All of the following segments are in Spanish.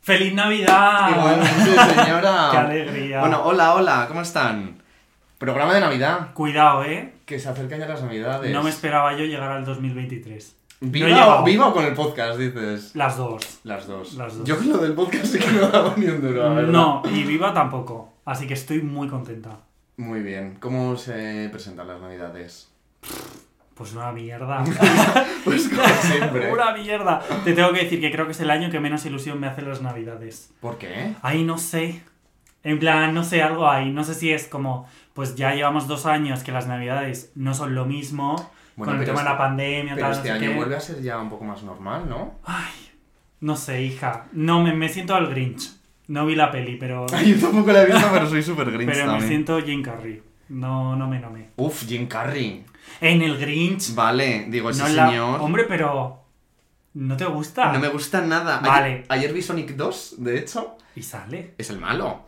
¡Feliz Navidad! Igualmente, señora. Ah, ¡Qué alegría! Bueno, hola, hola, ¿cómo están? Programa de Navidad, Cuidado, ¿eh? que se acercan ya las Navidades. No me esperaba yo llegar al 2023. ¿Viva, no he llegado. o, viva o con el podcast, dices? Las dos. Las dos. Las dos. Yo con lo del podcast sí que no daba ni un duro, la verdad. No, y viva tampoco. Así que estoy muy contenta. Muy bien, ¿cómo se presentan las Navidades? Pues una mierda. Pues como siempre. una mierda. Te tengo que decir que creo que es el año que menos ilusión me hacen las navidades. ¿Por qué? Ay, no sé. En plan, no sé, algo ahí. No sé si es como, pues ya llevamos dos años que las navidades no son lo mismo. Bueno, con el pero tema de la este- pandemia, Pero tal, este no sé año qué. vuelve a ser ya un poco más normal, ¿no? Ah. No sé, hija. No, me, me siento al Grinch. No vi la peli, pero, Yo tampoco la he visto, pero soy súper grinch pero me siento Jim Carrey. No, no me, no me. Uf, Jim Carrey. En el Grinch. Vale, digo, ese no en la- señor... Hombre, pero... ¿No te gusta? No me gusta nada. Ayer- Vale. Ayer, vi Sonic 2, de hecho. Y sale. Es el malo.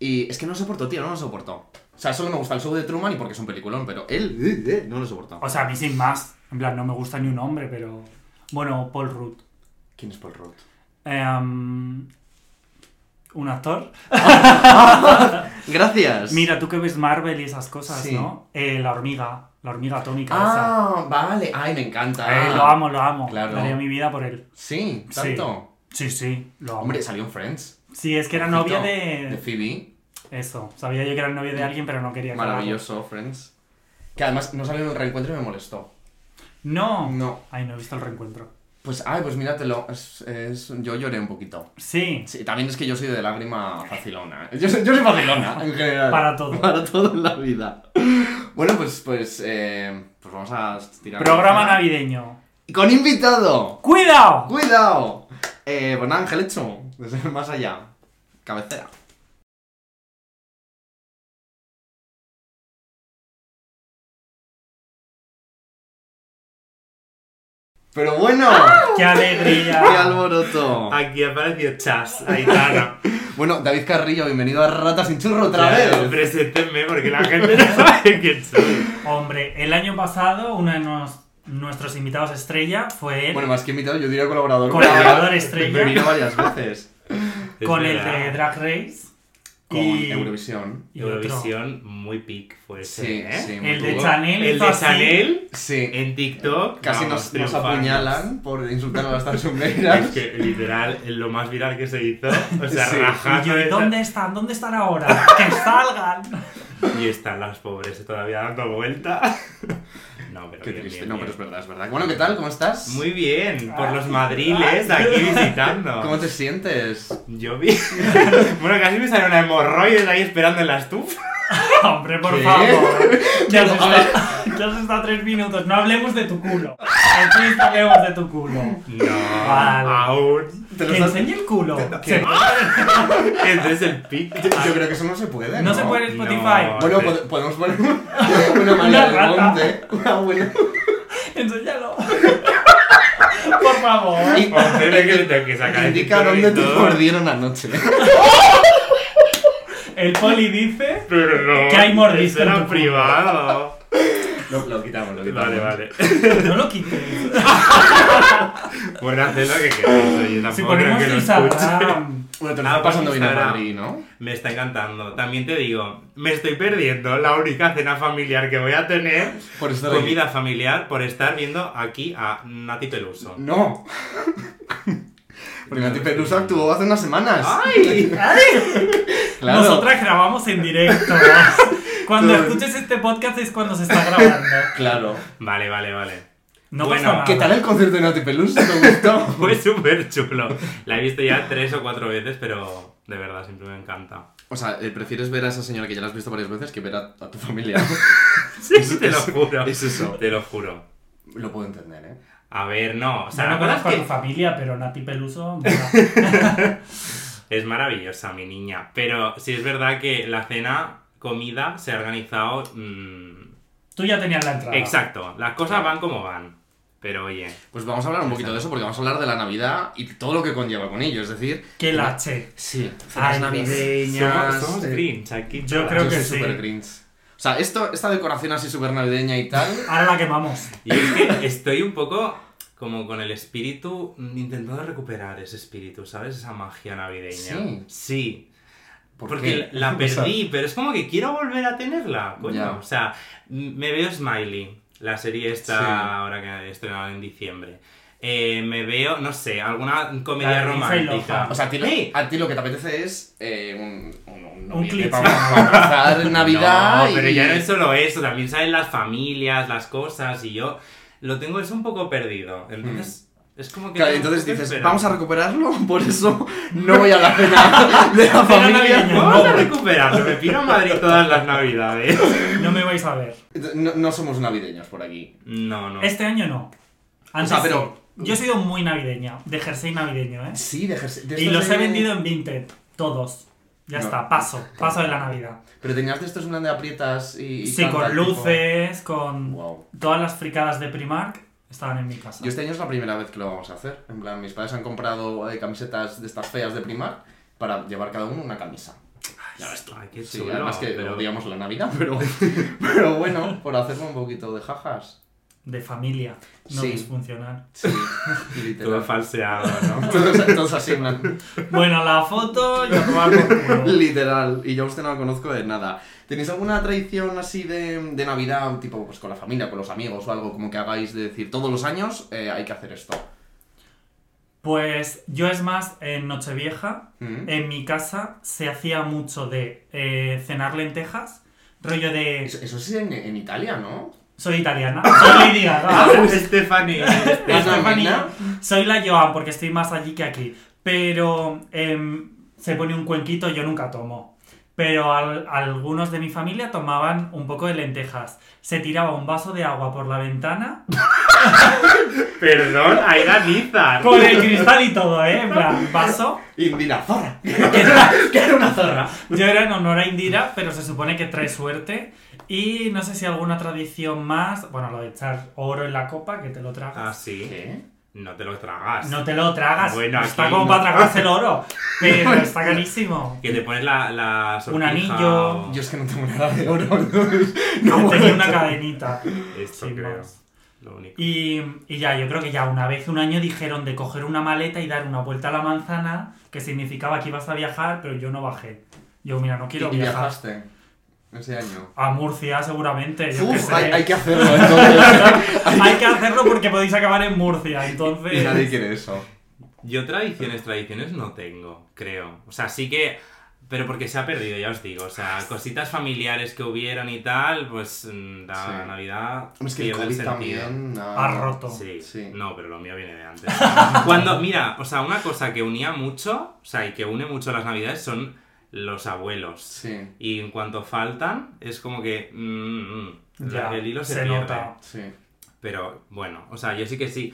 Y es que no lo soportó, tío, no lo soportó. O sea, solo me gusta el show de Truman y porque es un peliculón, pero él eh, eh, no lo soportó. O sea, a mí sin más. En plan, no me gusta ni un hombre, pero... Bueno, Paul Rudd. ¿Quién es Paul Rudd? Em, un actor. Gracias. Mira, tú que ves Marvel y esas cosas, Sí. ¿no? Eh, la hormiga. La hormiga atómica esa. Ah, vale. Ay, me encanta. Eh, lo amo, lo amo. Claro. Daría mi vida por él. Sí, tanto. Sí, sí, lo amo. Hombre, salió en Friends. Sí, es que era Perfecto. novia De de... Phoebe. Eso, sabía yo que era novia de alguien, pero no quería acabar. Mm. Maravilloso, Friends. Que además no salió en el reencuentro y me molestó. No. No. Ay, no he visto el reencuentro. Pues, ay, pues míratelo. Es, es- yo lloré un poquito. Sí. Sí, también es que yo soy de lágrima facilona. Yo soy, yo soy facilona, en general. Para todo. Para todo en la vida. Bueno, pues, pues, eh, pues vamos a tirar... Programa navideño. Y ¡Con invitado! ¡Cuidado! ¡Cuidado! Eh, pues nada, Ángel Hecho, desde el más allá. Cabecera. Pero bueno, ¡Qué qué alegría! alboroto. Aquí apareció Chas, Aitana. Bueno, David Carrillo, bienvenido a Ratas sin Churro otra vez. Preséntenme porque la gente no sabe quién soy. Hombre, el año pasado uno de nos- nuestros invitados estrella fue él, Bueno, más que invitado, yo diría colaborador. colaborador porque Me vino estrella, varias veces. con Es el verdad. de Drag Race. Con y... Eurovisión. y otro. Eurovisión muy pic fue ese, Sí, ¿eh? sí. El de Tuvo- Chanel. El hizo de así. Chanel Sí. en TikTok. Eh, Casi vamos, nos, nos triunfamos. apuñalan por insultar a las Es tarsumeras. que literal, es lo más viral que se hizo. O sea, Sí. Y rajando. yo, de- ¿dónde están? ¿Dónde están ahora? ¡Que salgan! Y están las pobres todavía dando vuelta. No, pero Qué bien, triste. bien, No, bien. pero es verdad, es verdad. Bueno, ¿qué tal? ¿Cómo estás? Muy bien, por Ah, los madriles aquí visitando. ¿Cómo te sientes? Yo vi. bueno, casi me salió una hemorroides ahí esperando en la estufa. Hombre, por ¿Qué? favor. ¿Qué has, A ver. estado, ¿Qué has estado tres minutos? No hablemos de tu culo. Aquí no hablemos de tu culo. No, Vale. aún. Te lo Que estás- enseñe el culo. Se- Ese es el pic. Yo, yo creo que eso no se puede. No, No se puede en Spotify. No. Bueno, pod- podemos poner una Una María del rata. Monte. Una abuela. Enséñalo. Por favor. Y- Hombre, que le tengo que sacar el Indica cinturón y dónde te todo. mordieron anoche. El poli dice. Pero no. Que hay mordisco eso en era tu privado. Lo, lo quitamos, lo quitamos. Vale, vale. No lo quites. Bueno, haced lo que queráis. Oye, Si tampoco creo ponemos que lo escuche. Instagram. Bueno, te lo Ah, está pasando por bien en Instagram. Madrid, ¿no? Me está encantando. También te digo, me estoy perdiendo la única cena familiar que voy a tener. Por estar aquí. Comida familiar por estar viendo aquí a Nati Peluso. No. Porque Nati Peluso actuó hace unas semanas. ¡Ay! Claro. Nosotras grabamos en directo. Cuando Tú- escuches este podcast es cuando se está grabando. Claro. Vale, vale, vale. No Bueno, pasa nada. ¿Qué tal el concierto de Nati Peluso? ¿Te gustó? Fue súper chulo. La he visto ya tres o cuatro veces, pero de verdad siempre me encanta. O sea, eh, prefieres ver a esa señora que ya la has visto varias veces que ver a, a tu familia. Sí, Es- te lo es- juro. es eso. Te lo juro. Lo puedo entender, ¿eh? A ver, no. O O sea, sea, no la verdad conozco a tu es que familia, pero Nati Peluso. mola. es maravillosa, mi niña. Pero sí es verdad que la cena, comida, se ha organizado. mm, Tú ya tenías la entrada. Exacto. Las cosas van como van. Pero oye. Pues vamos a hablar un poquito de eso porque vamos a hablar de la Navidad y todo lo que conlleva con ello. Es decir, Que la che. sí, Ay, cenas navideñas. Somos, somos eh, cringe aquí. Yo todas. creo yo que soy sí. súper cringe. O sea, esto, esta decoración así súper navideña y tal. Ahora la quemamos. Y es que estoy un poco como con el espíritu, mm, intentando recuperar ese espíritu, ¿sabes? Esa magia navideña. Sí. Sí. ¿Por qué? Porque la O sea, perdí, pero es como que quiero volver a tenerla, coño. Ya. O sea, m- me veo Smiley, la serie esta Sí. ahora que estrenaron en diciembre. Eh, me veo, no sé, alguna comedia La de Lindsay romántica. Lohan. O sea, a ti, lo- Sí. a ti lo que te apetece es eh, un, un, un, Un cliché. para pasar Navidad No, pero y... ya no es solo eso, también saben las familias, las cosas, y yo lo tengo es un poco perdido. Entonces, es como que. Hmm. Claro, tengo entonces que dices, esperar. vamos a recuperarlo, por eso no voy a la cena de la Cena familia. navideña. Vamos a No. recuperarlo, me pido a Madrid todas las navidades. No me vais a ver. No, no somos navideños por aquí. No, no. Este año no. Antes O sea, pero- sí. Yo he sido muy navideña, de jersey navideño, ¿eh? Sí, de jersey- de Y estos los de- he vendido en Vinted, todos. Ya No. está, paso, paso de la Navidad. Pero tenías de estos en plan de aprietas y... y Sí, canta, con tipo- luces, con Wow. todas las fricadas de Primark estaban en mi casa. Yo este año es la primera vez que lo vamos a hacer. En plan, mis padres han comprado eh, camisetas de estas feas de Primark para llevar cada uno una camisa. Ya ves tú. Ay, qué Sí, chulo, además que pero- odiamos la Navidad, pero, pero bueno, por hacerlo un poquito de jajas. De familia, no Sí. disfuncional. Sí, Todo literal. falseado, ¿no? Todos, todos así, en plan, Bueno, la foto y a tomar por culo. literal. Y yo a usted no lo conozco de nada. ¿Tenéis alguna tradición así de, de Navidad, tipo pues con la familia, con los amigos o algo como que hagáis de decir todos los años eh, hay que hacer esto? Pues yo es más, en Nochevieja, ¿Mm? en mi casa se hacía mucho de eh, cenar lentejas, rollo Eso, de... eso es en, en Italia, ¿no? Soy italiana, soy Lady Ah, Gaga. pues, Stephanie. ¿Es la Estefanía, mina? soy la Joan porque estoy más allí que aquí. Pero em, se pone un cuenquito, yo nunca tomo. Pero al- algunos de mi familia tomaban un poco de lentejas. Se tiraba un vaso de agua por la ventana, Perdón, ahí Niza. con el cristal y todo, ¿eh? En plan, vaso. Indira, zorra. que era- que era una zorra. Yo era en honor a Indira, pero se supone que trae suerte. Y no sé si alguna tradición más. Bueno, lo de echar oro en la copa, que te lo Ah, tragas. sí. ¿Qué? No te lo tragas. No te lo tragas. Bueno, está aquí como no. para tragarse el oro. Pero está carísimo. Que te pones la, la Un sortija anillo. o- Yo es que no tengo nada de oro. No, Yo puedo tenía una echar. cadenita. Esto Sin creo. más. Lo único. Y, y ya, yo creo que ya una vez, un año, dijeron de coger una maleta y dar una vuelta a la manzana, que significaba que ibas a viajar, pero yo no bajé. Yo, mira, no quiero ¿Y viajar. viajaste ese año? A Murcia, seguramente. Yo qué Uf, sé. hay, hay que hacerlo ¿eh? entonces. Hay que hacerlo porque podéis acabar en Murcia, Y nadie entonces. quiere eso. Yo tradiciones, tradiciones no tengo, creo. O sea, sí que... Pero porque se ha perdido, ya os digo. O sea, cositas familiares que hubieran y tal, pues mm, la Sí. Navidad Es que el pierde COVID sentido. también ah. Ha roto. Sí. Sí. no, pero lo mío viene de antes. Cuando, mira, o sea, una cosa que unía mucho, o sea, y que une mucho las navidades son los abuelos. Sí, Y en cuanto faltan, es como que mm, mm, Ya, el hilo se, se pierde. nota. sí. Pero bueno, o sea, yo sí que sí.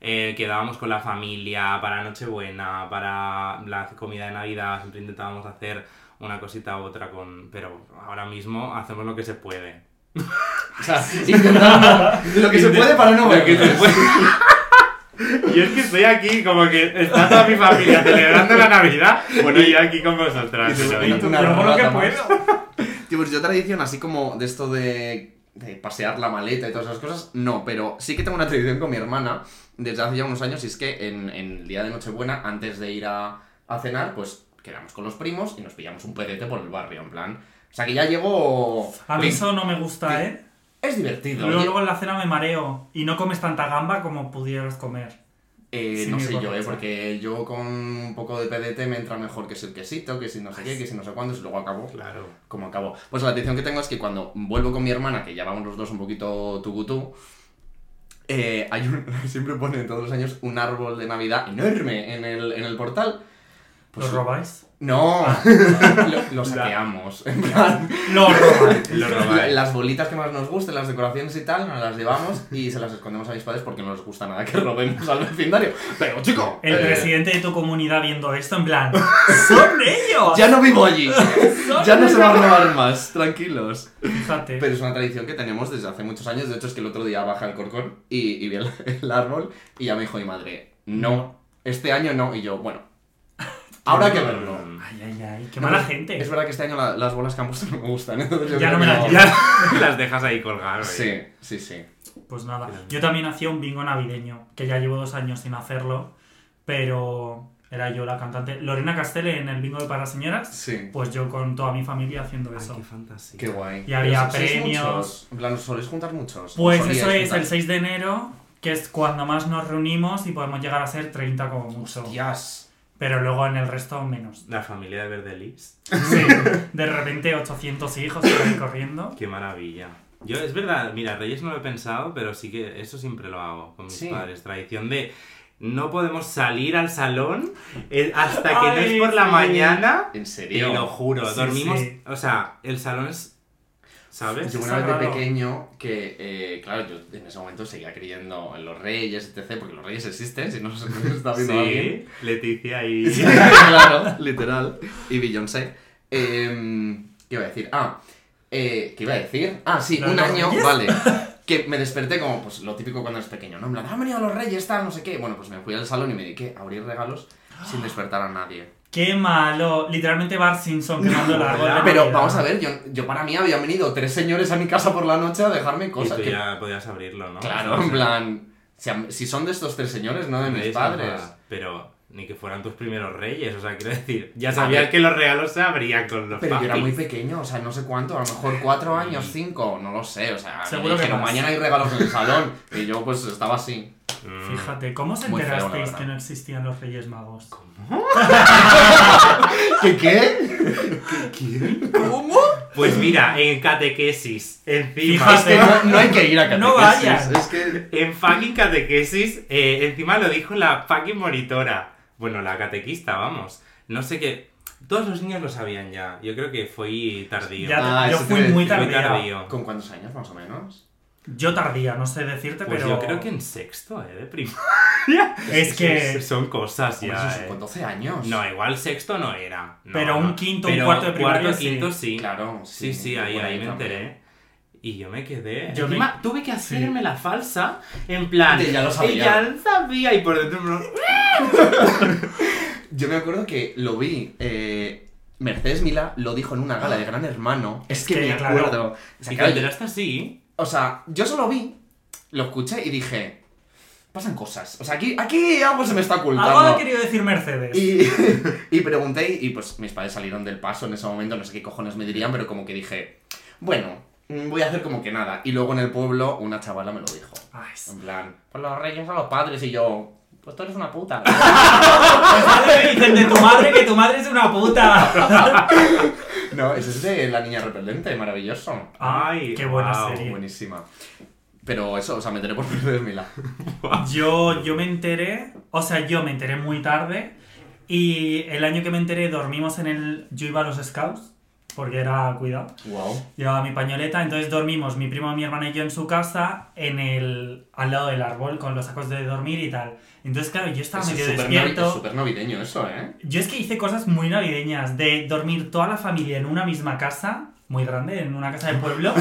eh, quedábamos con la familia para Nochebuena, para la comida de Navidad, siempre intentábamos hacer una cosita u otra con... Pero ahora mismo hacemos lo que se puede. O sea, intentando lo que se puede para no Lo que se verles. puede. Yo es que estoy aquí, como que está toda mi familia celebrando la Navidad bueno, y yo aquí con vosotras. y os lo tú- y Yo digo. Una hago lo que rata más. puedo. Tío, pues yo tradición así como de esto de, de pasear la maleta y todas esas cosas, no, pero sí que tengo una tradición con mi hermana desde hace ya unos años y es que en, en el día de Nochebuena, antes de ir a, a cenar, pues quedamos con los primos y nos pillamos un pedete por el barrio, en plan... O sea que ya llegó... A mí eso no me gusta, ¿eh? Es divertido. Luego, oye. luego en la cena me mareo y no comes tanta gamba como pudieras comer. Eh, Sí, no me sé yo, eh, borracha. porque yo con un poco de PDT me entra mejor que si el quesito, que si no sé qué, que si no sé cuándo, y luego acabo Claro. como acabo. Pues la atención que tengo es que cuando vuelvo con mi hermana, que ya vamos los dos un poquito tucutú, eh, hay un, siempre ponen todos los años un árbol de Navidad enorme en el, en el portal. Pues ¿Los robáis? No, Ah. lo, lo saqueamos. En plan, Los robáis. Lo robáis. las bolitas que más nos gusten, las decoraciones y tal, nos las llevamos y se las escondemos a mis padres porque no les gusta nada que robemos al vecindario. Pero chico, El eh, presidente de tu comunidad viendo esto, en plan, ¡son ellos! Ya no vivo allí. ya no se va a robar más. Tranquilos. Fíjate. Pero es una tradición que tenemos desde hace muchos años. De hecho, es que el otro día baja el corcón y, y vi el, el árbol y ya me dijo mi madre, no, este año no. Y yo, bueno, ahora que verlo. Mm. Ay, ay, ay. ay, qué No, mala pero gente. Es verdad que este año la- las bolas que han puesto no me gustan, entonces yo Ya creo no me que las llevo. Ya las dejas ahí colgar. oye. Sí, sí, sí. Pues nada, Finalmente. yo también hacía un bingo navideño, que ya llevo dos años sin hacerlo, pero era yo la cantante. Lorena Castell en el bingo de para señoras, Sí. pues yo con toda mi familia haciendo Ay, eso. qué fantasía. Qué guay. Y había Pero sois premios. muchos. En plan, ¿os soléis juntar muchos? Pues ¿Os solíais eso es juntar? el 6 de enero, que es cuando más nos reunimos y podemos llegar a ser 30 como mucho. Hostias. Pero luego en el resto menos. La familia de Verdelis. Sí, de repente 800 hijos que van corriendo. Qué maravilla. Yo, es verdad, mira, Reyes no lo he pensado, pero sí que eso siempre lo hago con mis Sí. padres. Tradición de no podemos salir al salón eh, hasta que no Ay, es por la sí. mañana. ¿En Te serio? lo juro, Sí, dormimos. sí. O sea, el salón es. ¿Sabes? Yo Es una vez de sagrado. pequeño que, eh, claro, yo en ese momento seguía creyendo en los reyes, etc., porque los reyes existen, si no se está viendo alguien. Sí, Leticia y. claro, literal. Y Beyoncé. Eh, ¿Qué iba a decir? Ah, eh, ¿qué iba a decir? Ah, sí, Los un año, Reyes. vale. Que me desperté como, pues lo típico cuando eres pequeño, ¿no? En plan, "Ah, han venido los reyes, tal, no sé qué. Bueno, pues me fui al salón y me dediqué a abrir regalos sin despertar a nadie. ¡Qué malo! Literalmente Bart Simpson quemando la árbol de Pero Navidad. vamos a ver, yo, yo para mí habían venido tres señores a mi casa por la noche a dejarme y cosas. tú que- ya podías abrirlo, ¿no? Claro, en O sea, plan, si, a- si son de estos tres señores, no de mis Reyes, padres. no, Pero ni que fueran tus primeros reyes, o sea, quiero decir, ya ver. sabías que los regalos se abrían con los Pero yo era papis. muy pequeño, o sea, no sé cuánto, a lo mejor cuatro años, cinco, no lo sé, o sea, me Seguro que dijeron, más. mañana hay regalos en el salón, y yo pues estaba así. Mm. Fíjate, ¿cómo os Muy feo, la enterasteis verdad. que no existían los Reyes Magos? ¿Qué qué? ¿Cómo? Pues mira, en catequesis, encima. Es que Fíjate. no, no hay que ir a catequesis. No vayas. Es que... este, En fucking catequesis, eh, encima lo dijo la fucking monitora. Bueno, la catequista, vamos. No sé qué. Todos los niños lo sabían ya. Yo creo que fue tardío. Ya, Ah, yo eso te fui iba a muy decir, muy tardía. tardío. ¿Con cuántos años más o menos? Yo tardía, no sé decirte, Pues este, pero... yo creo que en sexto, ¿eh? De primaria. Es que... Son cosas Hombre, eso ya. es eh. con 12 años. No, igual sexto no era. No, Pero un no. quinto, un cuarto de primaria, Cuarto, sí. quinto, sí. Claro, Sí, sí, ahí, bueno, ahí me también. enteré. Y yo me quedé. Yo Encima, tuve que hacerme la falsa. En plan. De ya lo sabía. Ya lo sabía. Y por dentro. no- Yo me acuerdo que lo vi. eh, Mercedes Mila lo dijo en una gala de Gran Hermano. Es que que, me claro. acuerdo. O sea, Y te claro, enteraste así. O sea, yo solo vi, lo escuché y dije, pasan cosas. O sea, aquí, aquí algo se me está Algo ha ocultando. querido decir Mercedes. Y, y pregunté y pues mis padres salieron del paso en ese momento, no sé qué cojones me dirían, pero como que dije, bueno, mm, voy a hacer como que nada. Y luego en el pueblo una chavala me lo dijo. Ay, sí. En plan, pues los reyes a los padres y yo, pues tú eres una puta. Madre, dicen de tu madre que tu madre es una puta. no, ese es de La Niña Repelente, maravilloso. Ay, qué buena wow, serie. Buenísima. Pero eso, o sea, me enteré por Mercedes Mila. Yo, yo me enteré, o sea, yo me enteré muy tarde y el año que me enteré dormimos en el... Yo iba a los Scouts, porque era cuidado. Wow. Llevaba mi pañoleta, entonces dormimos mi primo, mi hermana y yo en su casa, en el, al lado del árbol, con los sacos de dormir y tal. Entonces, claro, yo estaba Eso medio es súper despierto. navi- súper navideño eso, ¿eh? Yo es que hice cosas muy navideñas, de dormir toda la familia en una misma casa, muy grande, en una casa de pueblo.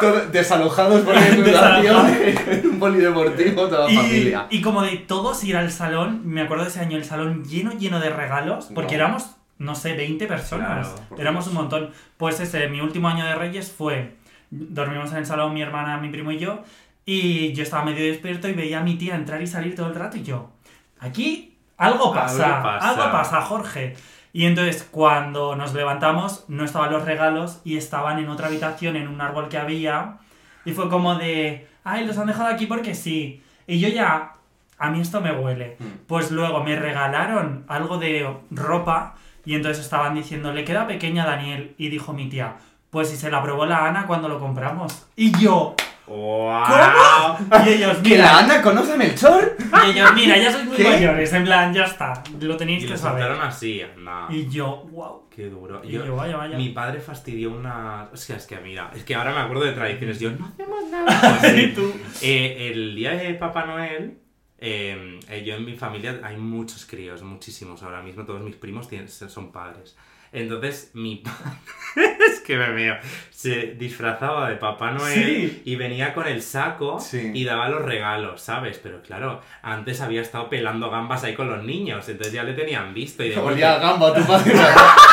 Todo- desalojados por la Desalojados. inundación, en un polideportivo, toda la y, familia. y como de todos ir al salón, me acuerdo de ese año, el salón lleno, lleno de regalos, porque Wow. éramos, no sé, 20 personas, Claro, por éramos Dios. un montón. Pues ese, mi último año de Reyes fue, dormimos en el salón mi hermana, mi primo y yo, y yo estaba medio despierto y veía a mi tía entrar y salir todo el rato y yo, aquí algo pasa, Algo algo pasa. pasa, Jorge. Y entonces cuando nos levantamos no estaban los regalos y estaban en otra habitación, en un árbol que había, y fue como de, ay, los han dejado aquí porque sí. Y yo ya, a mí esto me huele. Mm. Pues luego me regalaron algo de ropa y entonces estaban diciendo, le queda pequeña a Daniel. Y dijo mi tía, pues si se la probó la Ana cuando lo compramos. Y yo, ¡Wow! ¿cómo? Y ellos, ¿Que la mira, Ana conoce a Melchor? y ellos, mira, ya sois muy ¿Qué? mayores, en plan, ya está, lo Y tenéis lo que saber. soltaron así, anda. Y yo, wow. Qué duro. Y Yo- yo, vaya, vaya. Mi padre fastidió una. O sea, es que mira, es que ahora me acuerdo de tradiciones. Yo no hacemos nada. Pues sí. Eh, el día de Papá Noel. eh, Eh, eh, yo en mi familia hay muchos críos, muchísimos ahora mismo, todos mis primos tienen- son padres. Entonces, mi padre, es que me veo, se disfrazaba de Papá Noel Sí. y venía con el saco Sí. y daba los regalos, ¿sabes? Pero claro, antes había estado pelando gambas ahí con los niños, entonces ya le tenían visto y de Olía a gamba, tu padre.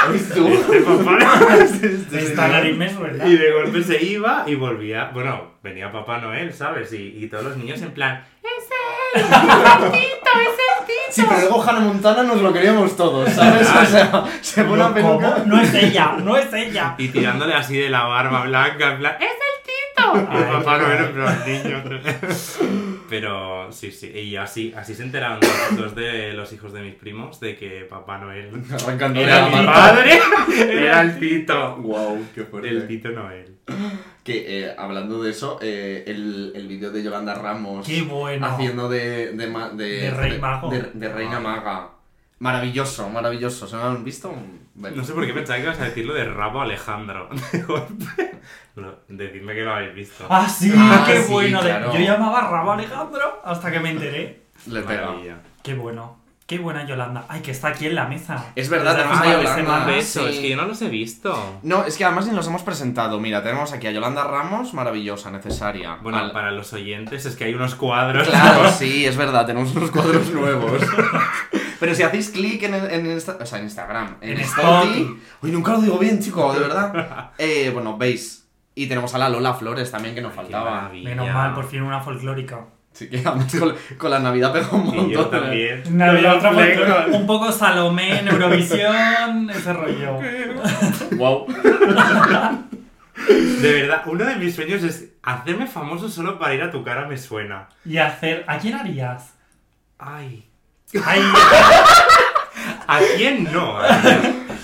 ¿Eres tú? golpe- Papá- Está Larry Mess, ¿verdad? y de golpe se iba y volvía, bueno, venía Papá Noel, ¿sabes? Y, y todos los niños en plan, Sí, pero luego Hannah Montana nos lo queríamos todos, ¿sabes? O sea, se pone una Pero, Ah, ¿cómo? peluca. No es ella, no es ella. y tirándole así de la barba blanca, en plan, ¡Es el Tito! Y Ay, papá qué no guay. era niño. Pero sí, sí, y así, así se enteraron dos, dos de los hijos de mis primos de que Papá Noel Arrancando era la mi mano. padre, era el Tito. Guau, qué fuerte. El Tito Noel. Que eh, hablando de eso, eh, el, el vídeo de Yolanda Ramos Qué bueno. haciendo de, de, ma- de, De rey mago. Ah. de- de reina maga. Maravilloso, maravilloso. ¿Se lo han visto? Bueno. No sé por qué pensaba que ibas a decirlo de Rabo Alejandro. De golpe. No, decidme que lo habéis visto. Ah, sí, Ah, qué sí, bueno. de- claro. Yo llamaba Rabo Alejandro hasta que me enteré. Le pega. Maravilla. Qué bueno. Qué buena Yolanda. Ay, que está aquí en la mesa. Es verdad, Desde tenemos hace a un par de Yolanda. semanas. Eso, sí. es que yo no los he visto. No, es que además ni los hemos presentado. Mira, tenemos aquí a Yolanda Ramos, maravillosa, necesaria. Bueno, Al- para los oyentes es que hay unos cuadros. Claro, sí, es verdad, tenemos unos cuadros nuevos. Pero si hacéis clic en, en Insta- o sea, en Instagram, en, En Spotify. Spotify. Uy, nunca lo digo bien, chico, de verdad. Eh, bueno, veis. Y tenemos a la Lola Flores también, que nos Qué faltaba. maravilla. Menos mal, por fin una folclórica. Así que además con, con la Navidad pegó un montón. Y yo también. Una de la otra Fleco. folclórica. Un poco Salomé en Eurovisión, ese rollo. Wow. De verdad, uno de mis sueños es hacerme famoso solo para ir a tu cara me suena. Y hacer. ¿A quién harías? Ay. Ay, ¿A quién no?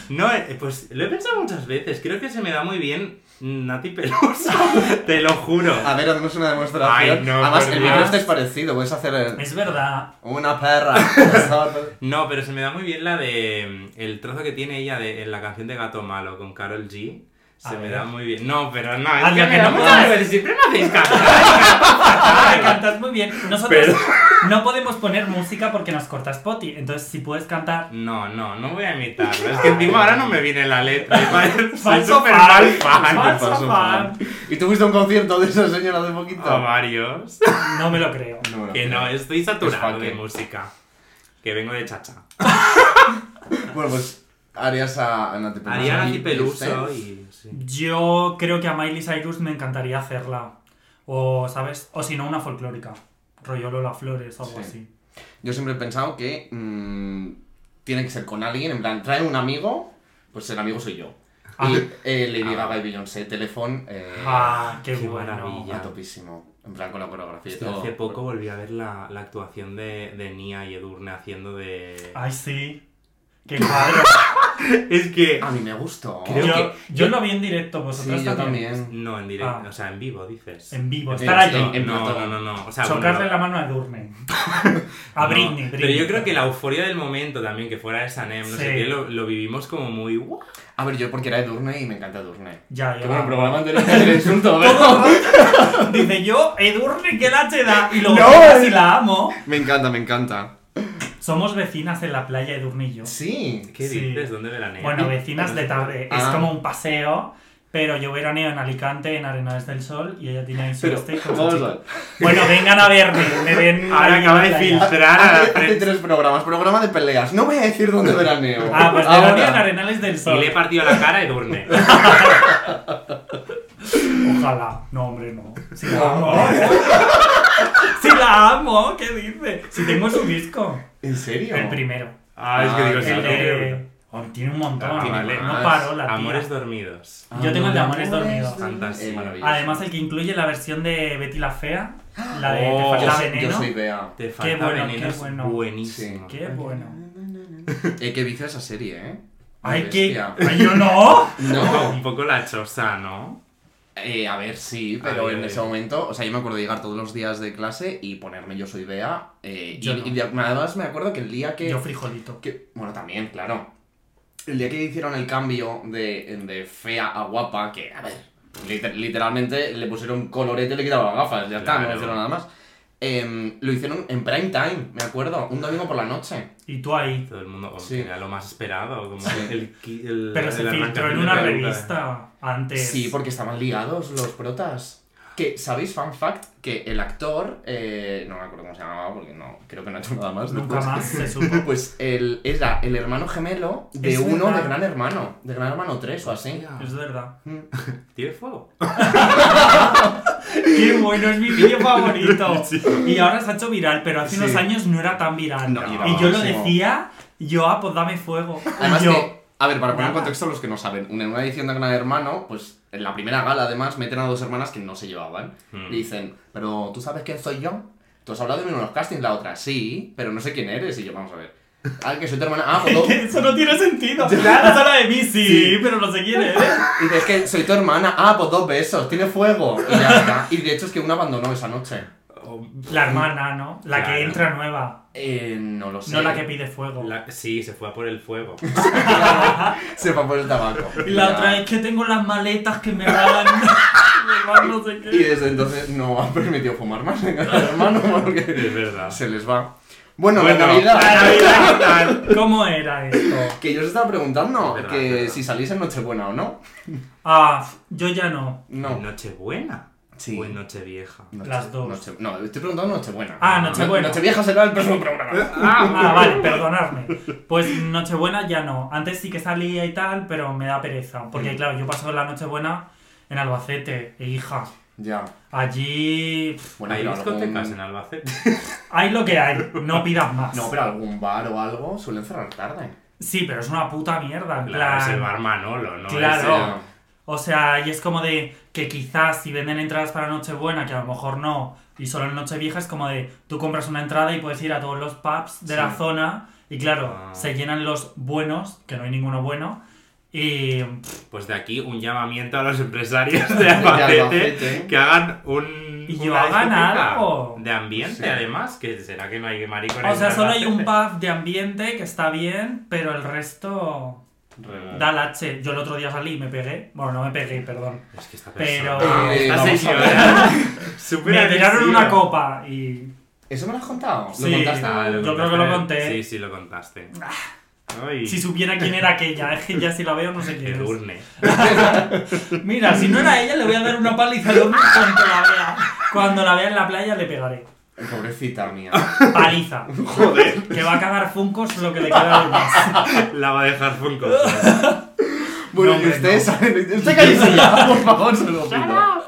No, eh, pues lo he pensado muchas veces. Creo que se me da muy bien Nati Peluso. Te lo juro. A ver, hacemos una demostración. Ay, no, además, por el vídeo Dios. este es parecido, puedes hacer eh, es verdad. una perra. No, pero se me da muy bien la de. mm, El trozo que tiene ella de, en la canción de Gato Malo con Carol G. Se A me ver. da muy bien. No, pero no, Ah, es que, ya me que da no mucha puedes. vergüenza, Siempre me hacéis cantar. Ah, cantas muy bien. Nosotros no podemos poner música porque nos corta Spotify. Entonces, si puedes cantar. No, no, no voy a imitarlo. Es que encima ahora no me viene la letra. Soy Falso súper fan. mal fan. Oh, Falso fan. ¿Y tú fuiste a un concierto de esa señora hace poquito? O varios. No me lo creo. No, no. Que no, estoy saturado Es de fucking. música. Que vengo de chacha. Bueno, pues harías a, a Nati Peluso. Ariana Y- este, y y Peluso usted. y. sí. Yo creo que a Miley Cyrus me encantaría hacerla. O, ¿sabes? O si no, una folclórica. Rollo Lola Flores o algo Sí. así. Yo siempre he pensado que mm, tiene que ser con alguien, en plan, trae un amigo, pues el amigo soy yo. Ah. Y eh, Lady Ah. Gaga y Beyoncé, teléfono, eh, Ah, qué, Qué bueno. maravilla. a topísimo. En plan, con la coreografía y Hostia, todo. hace poco volví a ver la, la actuación de, de Nia y Edurne haciendo de. Ay, sí. Qué cuadro. Es que. A mí me gustó. Creo yo, que- yo lo vi en directo, Sí, vosotros yo también. también. No, en directo, Ah. o sea, en vivo, dices. En vivo, Eh, estar allí. en- en no, plató. no, no, no. O sea, Socarle bueno, la mano a Durne. A no. Britney, Pero yo creo que la euforia del momento también, que fuera de Sanem, no sé Sí. qué, lo, lo vivimos como muy. "Guau". A ver, yo porque era Edurne y me encanta Edurne. Ya, ya. Ah. Qué bueno, programa anterior que el insulto, Todo ¿verdad? roto. Dice yo, Edurne, que la te da. Y luego No, casi es- la amo. Me encanta, me encanta. Somos vecinas en la playa, Edurne y yo. Sí. ¿Qué Sí. dices? ¿Dónde veranea? Bueno, vecinas de tarde. Es Ah. como un paseo. Pero yo veraneo en Alicante, en Arenales del Sol, y ella tiene ahí su Pero, este con su vamos chico. a ver. Bueno, vengan a verme, me ven. Ahora ahí en la acaba de playa. filtrar a Hace, la hace prensa. tres programas. Programa de peleas. No voy a decir dónde veraneo. Ah, pues Ahora. veraneo en Arenales del Y Sol. le he partido la cara a Edurne. Ojalá. No, hombre, no. Si la amo. si la amo, ¿qué dice? Si tengo su disco. ¿En serio? El primero. Ah, es que digo, Ah, sí, El no, de... Oh, tiene un montón. Ah, vale. No paró la tía. Amores dormidos. Yo tengo el de Ah, Amores Dormidos. pues, Fantástico. maravilloso. Además, el que incluye la versión de Betty la Fea, la de Oh. Te yo, falta soy- veneno. yo soy Bea. Te falta bueno, veneno, qué es bueno. buenísimo. Qué bueno. Eh, qué vicio esa serie, ¿eh? Ay, Qué que. bestia. Ay, yo no. No. Un poco la chosa, ¿no? Eh, a ver, sí, pero ver, en a ese ver. momento, o sea, yo me acuerdo de llegar todos los días de clase y ponerme yo soy Bea. eh, Yo y, no. y de- además me acuerdo que el día que, Yo frijolito. que- Bueno, también, claro. El día que hicieron el cambio de, de fea a guapa, que, a ver, liter- literalmente le pusieron colorete y le quitaron las gafas, ya está, no Claro. hicieron nada más. em, lo hicieron en prime time, me acuerdo, un domingo por la noche. Y tú ahí. Todo el mundo como Sí. que era lo más esperado, como el, qui- el- Pero se el filtró en arrancación una de peluca. revista antes. Sí, porque estaban ligados los protas. Que, ¿sabéis, fan fact? Que el actor, eh, no me acuerdo cómo se llamaba porque no, creo que no ha hecho nada más. Nunca después. más se supo. Pues el, era el hermano gemelo de Es uno verdad. de Gran Hermano, de Gran Hermano 3 o así. Mm. Es verdad. Tiene fuego. ¡Qué bueno! Es mi vídeo favorito. Y ahora se ha hecho viral, pero hace unos Sí. años no era tan viral. No, y yo lo no. decía, yo, ah, pues dame fuego. Y Además yo, que, a ver, para poner nada. en contexto a los que no saben, en una edición de Gran Hermano, pues en la primera gala además meten a dos hermanas que no se llevaban. Hmm. Le dicen, pero ¿tú sabes quién soy yo? Tú has hablado de mí en unos castings, la otra, sí, pero no sé quién eres. Y yo, vamos a ver. Ah, que soy tu hermana. Ah, pues no. que eso no tiene sentido. Ya. Claro, habla de mí, sí, Sí. pero no sé quién eres. Y dices que soy tu hermana. Ah, pues dos besos, tiene fuego. Y ya está. Y de hecho es que una abandonó esa noche. O- La hermana, ¿no? La Claro. que entra nueva, Eh, no lo sé. no la que pide fuego. la- sí, se fue a por el fuego. Se fue por el tabaco. Y la Ya. otra es que tengo las maletas que me van. me van no sé Y qué. desde entonces no han permitido fumar más en Gran hermano es porque verdad. se les va. Bueno, Bueno, la Navidad. La Navidad, tal. ¿Cómo era esto? Que yo os estaba preguntando Es verdad, que es verdad. si salís en Nochebuena o no. Ah, yo ya no. No. Nochebuena. Sí. O en Nochevieja. Noche- Las dos. Noche- no, estoy preguntando Nochebuena. Ah, Nochebuena. No- Nochevieja será el próximo ¿Eh? programa. Ah, vale, perdonadme. Pues Nochebuena ya no. Antes sí que salía y tal, pero me da pereza. Mm. Porque, claro, yo paso la Nochebuena en Albacete, e hija. Ya. Allí. pff, Bueno, ¿Hay pero discotecas algún... en Albacete? Hay lo que hay, no pidas más. No, pero algún bar o algo suelen cerrar tarde. Sí, pero es una puta mierda. En Claro, es el plan, bar Manolo, ¿no? Claro. Es Ya. O sea, y es como de que quizás si venden entradas para Nochebuena, que a lo mejor no, y solo en Nochevieja, es como de tú compras una entrada y puedes ir a todos los pubs de Sí. la zona, y claro, Ah. se llenan los buenos, que no hay ninguno bueno, y pff, Pues de aquí un llamamiento a los empresarios de De Albacete Albacete. que hagan un. Y una yo hagan discoteca algo. De Sí. ambiente, además, que será que no hay maricones. o sea, en solo hay un Albacete? pub de ambiente que está bien, pero el resto Ah. da la H. Yo el otro día salí y me pegué, bueno, no me pegué, perdón. Es que esta Pero- persona. Ah, Eh, esta vamos a señora. súper Me tiraron agresiva. una copa y ¿Eso me lo has contado? Sí. ¿Lo contaste? Ah, Yo creo que lo conté. Ah. Sí, sí, lo contaste. Ay, si supiera quién era aquella, es que ya si la veo no sé quién es. Edurne. Mira, si no era ella, le voy a dar una paliza al hombre cuando la vea. Cuando la vea en la playa, le pegaré. Pobrecita mía. Paliza. Joder. Que va a cagar funcos lo que le queda de más. La va a dejar full Bueno, No, y hombre, ustedes saben... Usted cállese ya, por favor, se lo pido.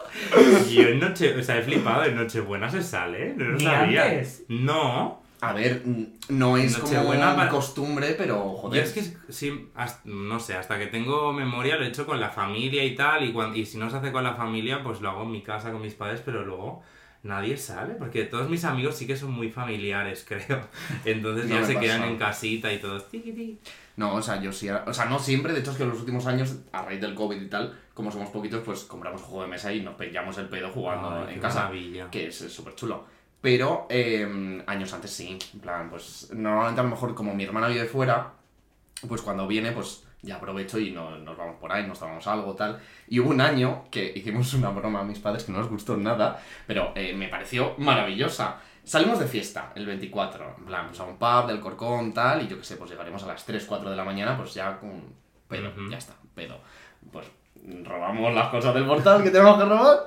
Yo en noche, o sea, he flipado, en Nochebuena se sale, ¿eh? no lo Ni sabía. antes. No, A ver, mm, no es como Nochebuena una para- costumbre, pero yo joder. es que sí, hasta- no sé, hasta que tengo memoria lo he hecho con la familia y tal, y, cuan- y si no se hace con la familia, pues lo hago en mi casa con mis padres, pero luego nadie sale, porque todos mis amigos sí que son muy familiares, creo. Entonces No ya me se pasa. quedan en casita y todos. tiqui, tiqui. No, o sea, yo sí. O sea, no siempre. De hecho, es que en los últimos años, a raíz del COVID y tal, como somos poquitos, pues compramos juego de mesa y nos pillamos el pedo jugando en Ay, qué casa. maravilla. Que es súper chulo. Pero eh, años antes sí. En plan, pues normalmente a lo mejor, como mi hermana vive fuera, pues cuando viene, pues ya aprovecho y no- nos vamos por ahí, nos tomamos algo, tal. Y hubo un año que hicimos una broma a mis padres que no les gustó nada, pero eh, me pareció maravillosa. Salimos de fiesta el 24, en plan, pues a un pub del Corcón, tal, y yo qué sé, pues llegaremos a las 3, 4 de la mañana, pues ya con pedo, Ujú. ya está, pedo. Pues robamos las cosas del portal que tenemos que robar.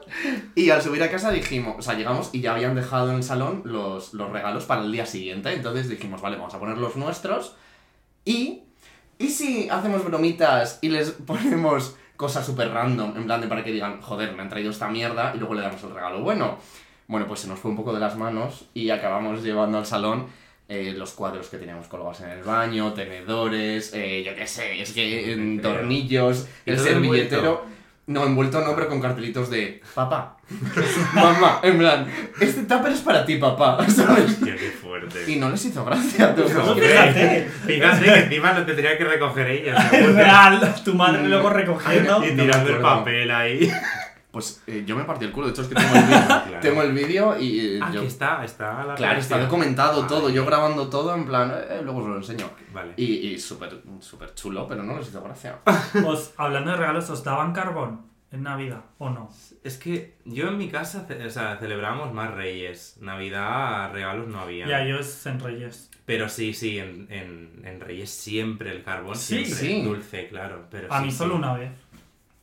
Y al subir a casa dijimos, o sea, llegamos y ya habían dejado en el salón los, los regalos para el día siguiente. Entonces dijimos, vale, vamos a poner los nuestros. Y, ¿y si hacemos bromitas y les ponemos cosas súper random? En plan de para que digan, joder, me han traído esta mierda y luego le damos el regalo bueno. Bueno, pues se nos fue un poco de las manos y acabamos llevando al salón eh, los cuadros que teníamos colgados en el baño, tenedores, eh, yo qué sé, es que en Creo. tornillos, ¿Y el todo envuelto? servilletero. No, envuelto no, pero con cartelitos de papá, mamá, en plan, este tupper es para ti, papá, ¿sabes? Hostia, qué fuerte. Y no les hizo gracia. ¿tú No, crees? fíjate. Fíjate que encima lo tendría que recoger ella. Es seguro. real. Tu madre luego recogiendo. Y No me tirando el acuerdo. papel ahí. Pues eh, yo me partí el culo, de hecho es que tengo el vídeo. Claro. Tengo el vídeo y eh, Ah, yo- que está, está la Claro, está gracia. documentado Ah, todo, yo grabando todo en plan, eh, eh, luego os lo enseño. Vale. Y, y súper súper chulo, pero no les hizo gracia. Os, hablando de regalos, ¿os daban carbón? en Navidad, ¿o no? Es que yo en mi casa ce- o sea, celebramos más reyes. Navidad, regalos no había. Ya, yo es en Reyes. Pero sí, sí, en, en, en Reyes siempre el carbón. Sí, siempre sí. Dulce, claro. Pero A sí, mí sí. solo una vez.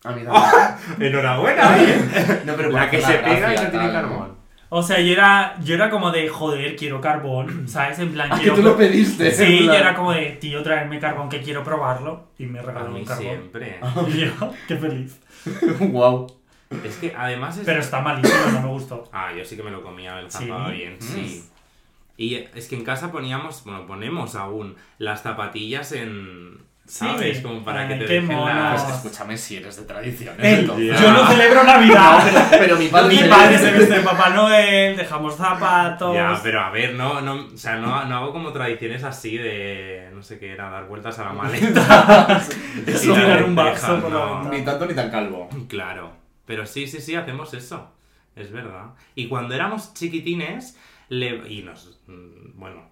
A mí también. Enhorabuena, oye. no, pero La para que hacer se pega y gracia, no tiene tal, carbón. O sea, yo era, yo era como de, joder, quiero carbón, ¿sabes? En plan, Ah, que quiero- tú lo pediste. en Sí, yo plan. era como de, tío, traerme carbón que quiero probarlo. Y me A regaló mí un carbón. siempre. Y yo, qué feliz. Guau. Es que además es... Pero está malísimo, no me gustó. Ah, yo sí que me lo comía el Sí. Mm. zapado bien, sí. Y es que en casa poníamos, bueno, ponemos aún las zapatillas en... Sí. ¿Sabes? Como para que Ay, te Ah, qué dejen mono. Pues las... escúchame si eres de tradiciones. Ey, entonces. yo no celebro Navidad. Pero mi padre. Mi se- padre se viste de Papá Noel, dejamos zapatos. Ya, pero a ver, no, no, o sea, no, no hago como tradiciones así de, no sé qué era, dar vueltas a la maleta. De Eso, tirar tirar un lentejas, vaso por la no. ventana. Ni tanto ni tan calvo. Claro, pero sí, sí, sí, hacemos eso, es verdad. Y cuando éramos chiquitines, le... y nos... mm, bueno...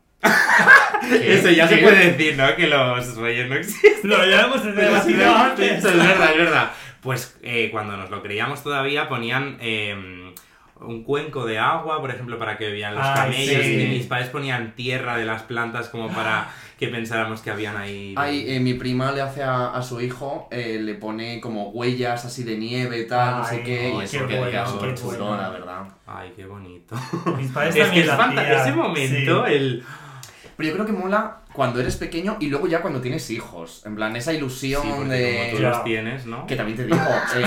Eso ya se ¿Qué? puede decir, ¿no? Que los reyes no existen. Lo llevamos desde Pero la sí, ciudad sí, antes. Eso es verdad, es verdad. Pues eh, cuando nos lo creíamos todavía ponían eh, un cuenco de agua, por ejemplo, para que bebían los Ay, camellos. sí. Y mis padres ponían tierra de las plantas como para que pensáramos que habían ahí... Ay, eh, mi prima le hace a, a su hijo, eh, le pone como huellas así de nieve, tal, no Ay, sé qué, y eso qué que bueno, queda súper qué bueno. chulo, la verdad. Ay, qué bonito. Mis padres Es que también es lo fanta- hacían, ese momento, sí. el... Pero yo creo que mola cuando eres pequeño y luego ya cuando tienes hijos. En plan, esa ilusión Sí, porque de. como tú Ya. los tienes, ¿no? Que también te digo. Eh,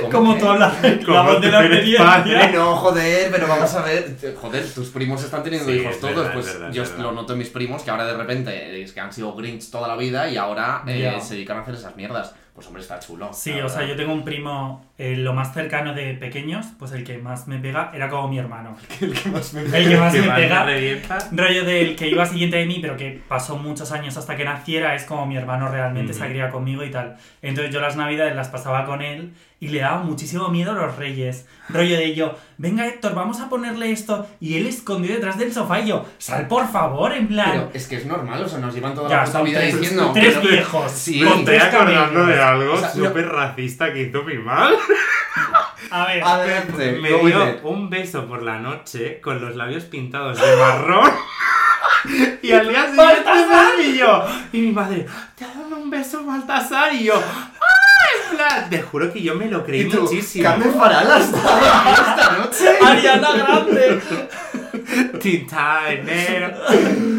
¿cómo Como que? tú hablas de la Como voz de tú la eres Eh, experiencia. No, joder, pero vamos a ver. Joder, tus primos están teniendo Sí, hijos es todos. verdad, es pues verdad, es yo verdad. lo noto en mis primos que ahora de repente es que han sido Grinch toda la vida y ahora eh, Ya. se dedican a hacer esas mierdas. Pues hombre, está chulo. Sí, la o sea, verdad. yo tengo un primo, eh, lo más cercano de pequeños, pues el que más me pega era como mi hermano. El que más me- El que más Que me vas pega, revientas. rollo del que iba siguiente de mí, pero que pasó muchos años hasta que naciera, es como mi hermano realmente se Ujú. cría conmigo y tal. Entonces yo las navidades las pasaba con él y le daba muchísimo miedo a los reyes. Rollo de yo, venga Héctor, vamos a ponerle esto. Y él escondido detrás del sofá y yo, sal por favor, en Pero plan. es que es normal, o sea, nos llevan toda ya, la puta son vida tres, diciendo. tres que no- viejos. Sí. con Me tres cabezas. algo O sea, no- racista que hizo mi mal. A ver, Adelante, Me go with dio it. un beso por la noche con los labios pintados de marrón. Y al día siguiente Baltasar y yo. Y mi madre, te ha dado un beso Baltasar y yo. ¡Ah! En plan, te juro que yo me lo creí Y tú, muchísimo. Carmen Farala ha estado aquí esta noche. Ariana Grande. Tinta, enero.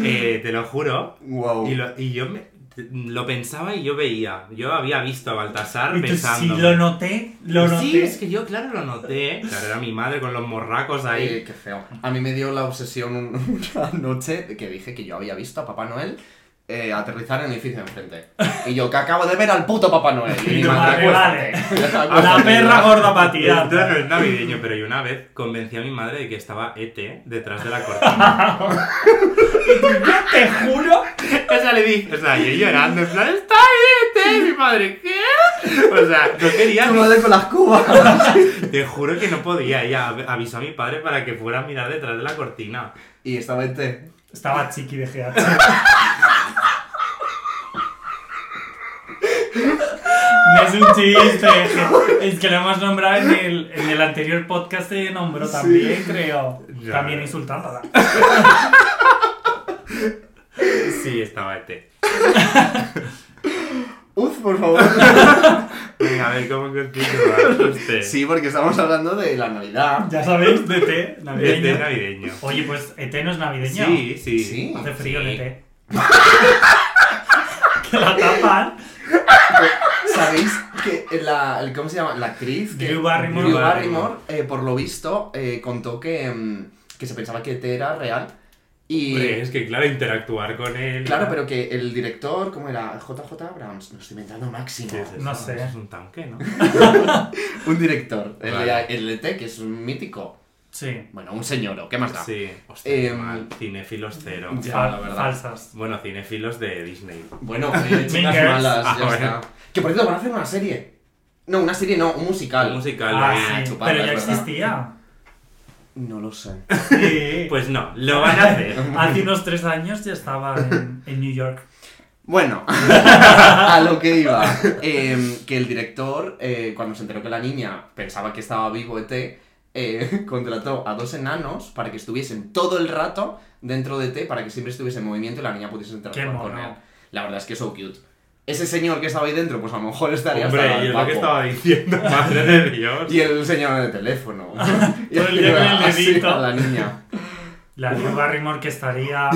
Eh, te lo juro. Wow. Y, lo- y yo me- lo pensaba y yo veía. Yo había visto a Baltasar Entonces, sí, pensando. lo noté, lo noté. Sí, es que yo, claro, lo noté. Claro, era mi madre con los morracos Eh, ahí. qué feo. A mí me dio la obsesión un- una noche que dije que yo había visto a Papá Noel eh, aterrizar en el edificio de enfrente. Y yo, que acabo de ver al puto Papá Noel. Y mi Y tu madre, pues, madre, "Acuéstate". Ah, La perra gorda para Esto no tirar. es navideño, pero yo una vez convencí a mi madre de que estaba ET detrás de la cortina. Te juro. o sea, le dije, o sea, yo llorando, en plan, ¡está ET! Mi madre, ¿qué? O sea, no quería, Tu madre con las cubas. te juro que no podía. Ella av- avisó a mi padre para que fuera a mirar detrás de la cortina. Y estaba este, en té. Estaba chiqui de GH. No es un chiste, es que lo hemos nombrado en el, en el anterior podcast, se nombró también, creo. Ya. También insultándola. Sí, estaba E ET. Uf, por favor. Venga, a ver, ¿cómo continúa Este, usted? Sí, porque estamos hablando de la Navidad. Ya sabéis, de té ET navideño. E navideño. Oye, pues ET no es navideño. Sí, sí. Sí. Hace frío Sí. de té. que la tapan. ¿Sabéis que la, el- ¿cómo se llama? La actriz que... Drew Barrymore. Drew Barrymore, eh, por lo visto, eh, contó que, mm, que se pensaba que té era real. Y... Hombre, es que claro, interactuar con él. Claro, pero que el director, ¿cómo era? JJ Abrams, me lo estoy inventando máximo. ¿Qué es eso? No sé. Es un tanque, ¿no? Un director, el, Vale. de- el de T, que es un mítico. Sí. Bueno, un señor, ¿qué más da? Sí. Hostia, qué Em, mal. Cinéfilos cero. Ya, Fal- la verdad. falsas. Bueno, cinéfilos de Disney. Bueno, eh, chicas Mingers. malas, ya Ah, bueno. está. Que por cierto, van a hacer una serie. No, una serie no, un musical. Un musical. Ah, ahí. sí, chuparlas, pero ya ¿verdad? existía. No lo sé. Sí. Pues no, lo van a hacer. Hace unos tres años ya estaba en, en New York. Bueno, a lo que iba. Eh, que el director, eh, cuando se enteró que la niña pensaba que estaba vivo ET, eh, contrató a dos enanos para que estuviesen todo el rato dentro de ET, para que siempre estuviese en movimiento y la niña pudiese entrar Qué con mono. él. La verdad es que es so cute. Ese señor que estaba ahí dentro, pues a lo mejor estaría hasta Hombre, el y es lo que papo. estaba diciendo, madre de Dios. Y el señor en el teléfono. y Todo el día con el así dedito. a la niña. La Drew Barrymore que estaría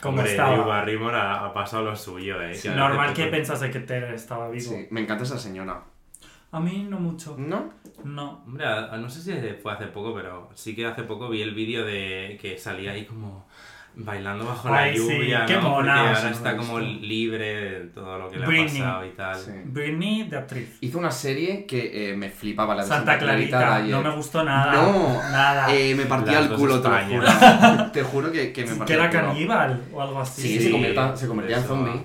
como Hombre, Drew estaba. Barrymore ha, ha pasado lo suyo, eh. que Normal hace que poco- pensase que Ted estaba vivo. Sí, me encanta esa señora. A mí no mucho. ¿No? No. Hombre, a- a- no sé si fue hace poco, pero sí que hace poco vi el vídeo de que salía ahí como bailando bajo la Ay, sí, lluvia. ¿no? qué Porque mona. ahora Sí, está lo he como visto. libre de todo lo que le Britney. ha pasado y tal. Sí. Britney de actriz. Hizo una serie que eh, me flipaba, la de Santa Clarita. de No ayer. me gustó nada. No. Nada. Eh, me partía Las el dos culo, te lo Españas. juro. te juro que, que me que partía era el culo. caníbal o algo así. Sí, Sí, se convertía, se convertía en eso. zombie.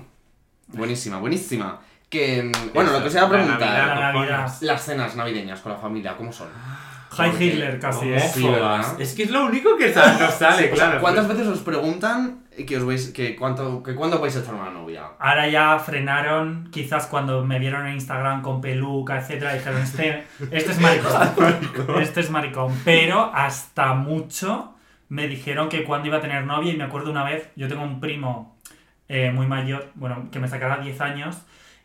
Buenísima, buenísima. Que, mm, bueno, lo que os iba a La preguntar. Navidad, Ah, La cojones. Navidad. Las cenas navideñas con la familia, ¿cómo son? High Porque- Hitler casi, ¿eh? Sí, ¿verdad? Es que es lo único que sa- nos sale, O sea, claro. ¿Cuántas veces os preguntan que os vais, que cuánto, que cuándo vais a echar una novia? Ahora ya frenaron, quizás cuando me vieron en Instagram con peluca, etcétera, dijeron, este, este es maricón, este es maricón. Pero hasta mucho me dijeron que cuando iba a tener novia, y me acuerdo una vez, yo tengo un primo eh, muy mayor, bueno, que me sacará 10 años,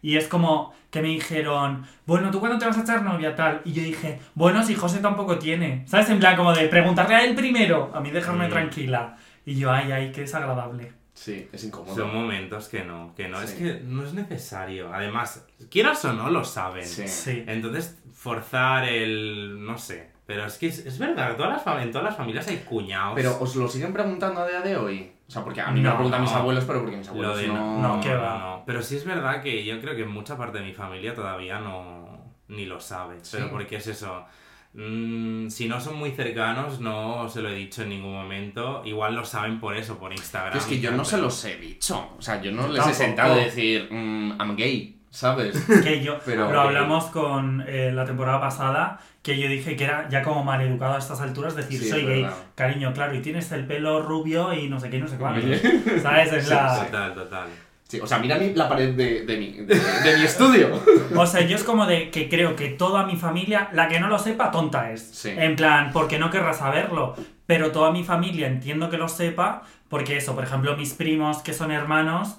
y es como que me dijeron, bueno, ¿tú cuándo te vas a echar novia tal? Y yo dije, bueno, si José tampoco tiene. ¿Sabes? En plan como de preguntarle a él primero, a mí dejarme Mm. tranquila. Y yo, ay, ay, qué desagradable. Sí, es incómodo. Son momentos que no, que no. Es Sí. que no es necesario. Además, quieras o no, lo saben. Sí. Sí. Entonces, forzar el. no sé. Pero es que es, es verdad, todas las fam- en todas las familias hay cuñados. Pero os lo siguen preguntando a día de hoy. O sea, porque a mí me No. lo preguntan mis abuelos, pero porque mis Lo abuelos de no. no, no, qué no, va. no. Pero sí es verdad que yo creo que mucha parte de mi familia todavía no ni lo sabe. Sí. Pero porque es eso. Mm, si no son muy cercanos, no se lo he dicho en ningún momento. Igual lo saben por eso, por Instagram. Yo es que yo no se pero- los he dicho. O sea, yo no Yo les he tampoco. sentado a decir, mm, I'm gay, ¿sabes? que yo Pero- lo hablamos con eh, la temporada pasada que yo dije que era ya como maleducado a estas alturas decir Sí, es soy gay verdad. cariño claro y tienes el pelo rubio y no sé qué y no sé cuánto Oye. sabes es Sí, la Total, total. Sí, o sea, mira mi- la pared de, de mi, de, de mi estudio. o sea yo es como de que creo que toda mi familia la que no lo sepa tonta es Sí. en plan porque no querrá saberlo pero toda mi familia entiendo que lo sepa porque eso por ejemplo mis primos que son hermanos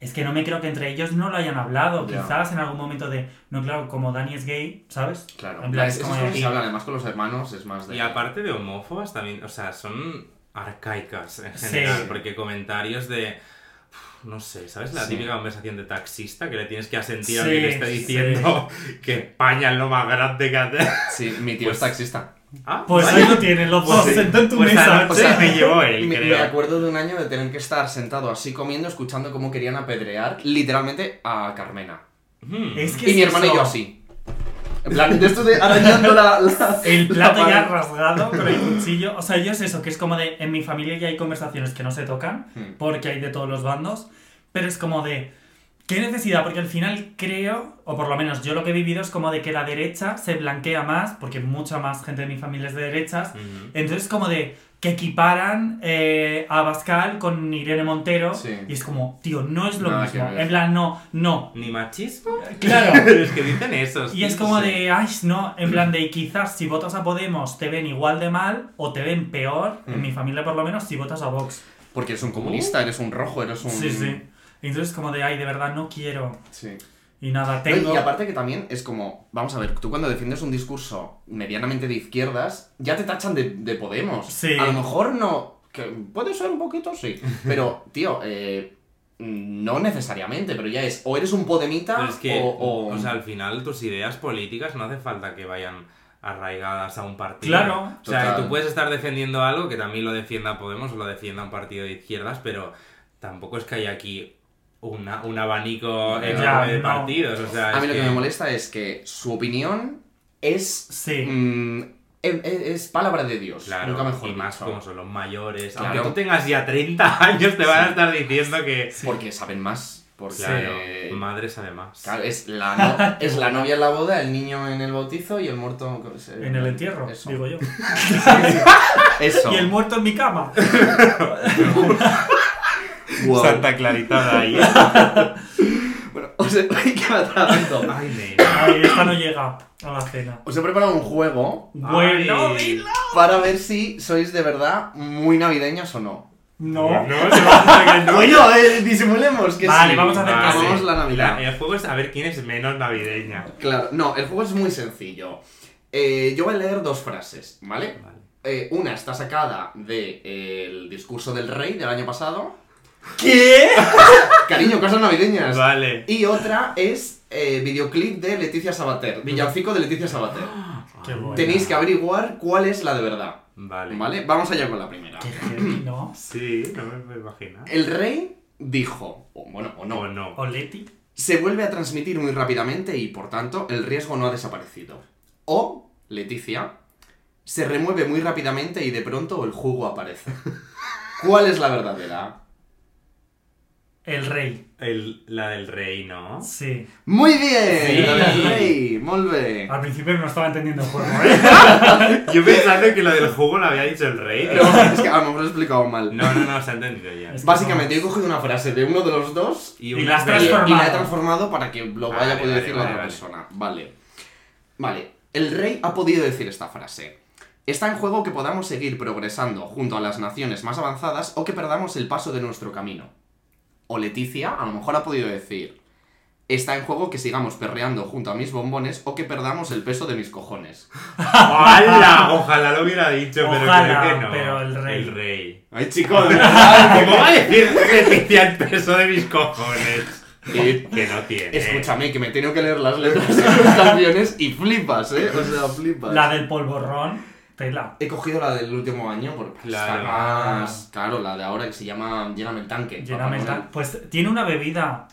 es que no me creo que entre ellos no lo hayan hablado. Ya. Quizás en algún momento de. No, claro, como Dani es gay, ¿sabes? Claro. En plan, es, es esas como cosas de- se hablan además con los hermanos, es más de. Y aparte de homófobas también, o sea, son arcaicas en Sí. general, porque comentarios de, uf, no sé, ¿sabes? La Sí. típica conversación de taxista que le tienes que asentir a Sí, quien le está sí. diciendo que España es lo más grande que hace. Sí, mi tío Pues- es taxista. Ah, Pues vaya. ahí lo tienes, los dos sí. sentados en tu Pues mesa. anoche me llevó él, me, creo. me acuerdo de un año de tener que estar sentado así comiendo, escuchando cómo querían apedrear literalmente a Carmena. Hmm. Es que Y es mi hermana eso. y yo así. En plan, de esto de arañando la, la- El la plato ya pared. rasgado con el cuchillo. O sea, yo es eso, que es como de. En mi familia ya hay conversaciones que no se tocan, Hmm. porque hay de todos los bandos. Pero es como de. ¿Qué necesidad? Porque al final creo, o por lo menos yo lo que he vivido es como de que la derecha se blanquea más, porque mucha más gente de mi familia es de derechas. Ujú. Entonces, como de que equiparan eh, a Pascal con Irene Montero. Sí. Y es como, tío, no es lo Nada que mismo. ver. En plan, no, no. Ni machismo. Claro. Pero es que dicen esos. Y es tíos, como sí. de, ay, no, en plan de, quizás si votas a Podemos te ven igual de mal o te ven peor, en Mm. mi familia por lo menos, si votas a Vox. Porque eres un comunista, eres un rojo, eres un. Sí, sí. Entonces como de, ay, de verdad no quiero. Sí. Y nada, No, tengo... Y aparte que también es como, vamos a ver, tú cuando defiendes un discurso medianamente de izquierdas, ya te tachan de, de Podemos. Sí. A lo mejor no, que puede ser un poquito, sí. Pero, tío, eh, no necesariamente, pero ya es, o eres un podemita Pero es que, o... o- o sea, al final tus ideas políticas no hace falta que vayan arraigadas a un partido. Claro. O sea, Total. tú puedes estar defendiendo algo que también lo defienda Podemos o lo defienda un partido de izquierdas, pero tampoco es que haya aquí una, un abanico Ya, enorme de no. partidos. O sea, a es mí lo que me molesta es que su opinión es... Sí. mm, e- e- es palabra de Dios. Claro, nunca mejor y más dicho. como son los mayores. Claro. Aunque tú tengas ya 30 años, te van a Sí. estar diciendo que. Porque saben más. Porque... Claro, madres además. Claro, es la, no- es la novia en la boda, el niño en el bautizo y el muerto En el entierro, Eso. digo yo. Eso. Y el muerto en mi cama. Wow. Santa Clarita de ahí. Bueno, os he... ¿Qué me atraganto? Ay, nena. Ay, esta no llega a la cena. Os he preparado un juego Bueno, Ay. dilo. para ver si sois de verdad muy navideños o no. No. No, se va a hacer que no. Bueno, eh, disimulemos que Vale, sí. vamos a hacer que sí. Acabamos Ah, la Navidad. Ah, el juego es a ver quién es menos navideña. Claro, no, el juego es muy sencillo. Eh, yo voy a leer dos frases, ¿vale? Vale. Eh, una está sacada del de, eh, el discurso del rey del año pasado. ¿Qué? Cariño, cosas navideñas. Vale. Y otra es eh, videoclip de Leticia Sabater, villancico de Leticia Sabater. Qué bueno. Tenéis que averiguar cuál es la de verdad, Vale. ¿vale? Vamos allá con la primera. Qué heavy, ¿no? Sí, no me puedo imaginar. El rey dijo, o bueno, Eh, o No, no, no. O Leti. se vuelve a transmitir muy rápidamente y por tanto el riesgo no ha desaparecido. O, Leticia, se remueve muy rápidamente y de pronto el jugo aparece. ¿Cuál es la verdadera? El rey. El- la del rey, ¿no? Sí. Muy bien, Sí. la del rey, muy bien. Al principio no estaba entendiendo el juego, ¿eh? Yo pensando que la del juego la había dicho el rey. Pero es que a lo mejor lo he explicado mal. No, no, no, se ha entendido ya. Es- Básicamente, he cogido una frase de uno de los dos Y, y las y, vez- y la he Transformado. transformado para que lo Vale, vaya a poder vale, decir vale, la otra vale. persona. Vale. Vale. El rey ha podido decir esta frase. Está en juego que podamos seguir progresando junto a las naciones más avanzadas o que perdamos el paso de nuestro camino. O Leticia a lo mejor ha podido decir. Está en juego que sigamos perreando junto a mis bombones o que perdamos el peso de mis cojones. ¡Hala! Ojalá lo hubiera dicho, Ojalá, pero creo que no. pero el rey. El rey. ¡Ay, chicos! de verdad, ¿Cómo va a decir Leticia el peso de mis cojones? que- Que no tiene. Escúchame, que me tengo que leer las letras de las canciones y flipas, ¿eh? O sea, flipas. La del polvorrón. Tela. He cogido la del último año por Claro. estar más. Claro, la de ahora que se llama Lléname el tanque. Papá Lléname el Noel. tal- Pues tiene una bebida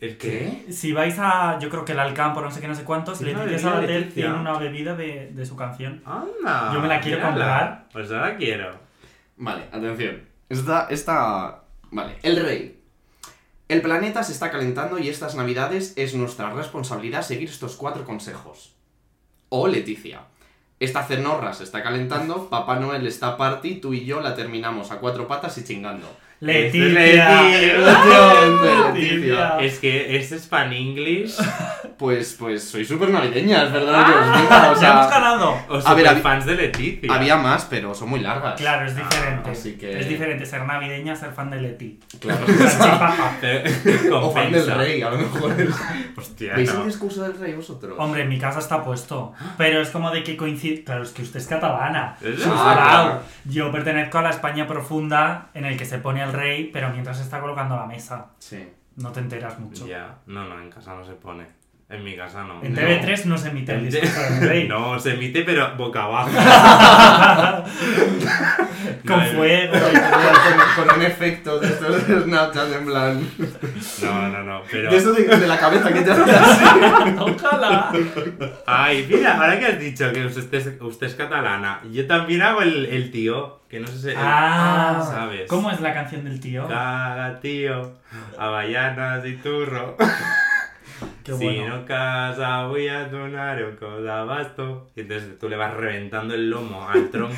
¿El qué? ¿Qué? Si vais a, yo creo que el Alcampo, no sé qué, no sé cuántos, Tiene una Leticia bebida, Sabater Leticia. tiene una bebida de, de su canción. Anda. Yo me la quiero mírala. comprar. Pues ahora quiero. Vale, atención. Esta, esta. Vale, el rey. El planeta se está calentando y estas navidades es nuestra responsabilidad seguir estos cuatro consejos. O Leticia. Esta cenorra se está calentando, Papá Noel está party, tú y yo la terminamos a cuatro patas y chingando. Leticia. Leticia. Leticia. Es que este es pan English. Pues, pues, soy súper navideña, es verdad Ah, que os diga, o Ya hemos sea, ganado. O A ver, sea, había- fans de Leticia. había más, pero son muy largas. Claro, es diferente. Ah, así que- Es diferente ser navideña a ser fan de Leti. Claro. Salchipapa. O fan del Compensa. rey, a lo mejor. es- Hostia, ¿Veis el no. discurso del rey vosotros? Hombre, en mi casa está puesto. Pero es como de que coincide. Claro, es que usted es catalana. Es Sus verdad. farao. Yo pertenezco a la España profunda en el que se pone el rey, pero mientras se está colocando la mesa. Sí. No te enteras mucho. Ya, no, no, en casa no se pone. En mi casa no. En No. TV3 no se emite el discurso del rey. No, se emite pero boca abajo. Con No, el- fuego. con, con un efecto de estos de Snapchat, en plan. No, no, no, pero... De eso de, de la cabeza que te hace así. Ojalá. Ay, mira, ahora que has dicho que usted es, usted es catalana, yo también hago el, el tío, que no sé si... Ah, ¿sabes? ¿Cómo es la canción del tío? Caga, tío, avellanas y turro. Qué si bueno. no casa voy a donar un codabasto. Y entonces tú le vas reventando el lomo al tronco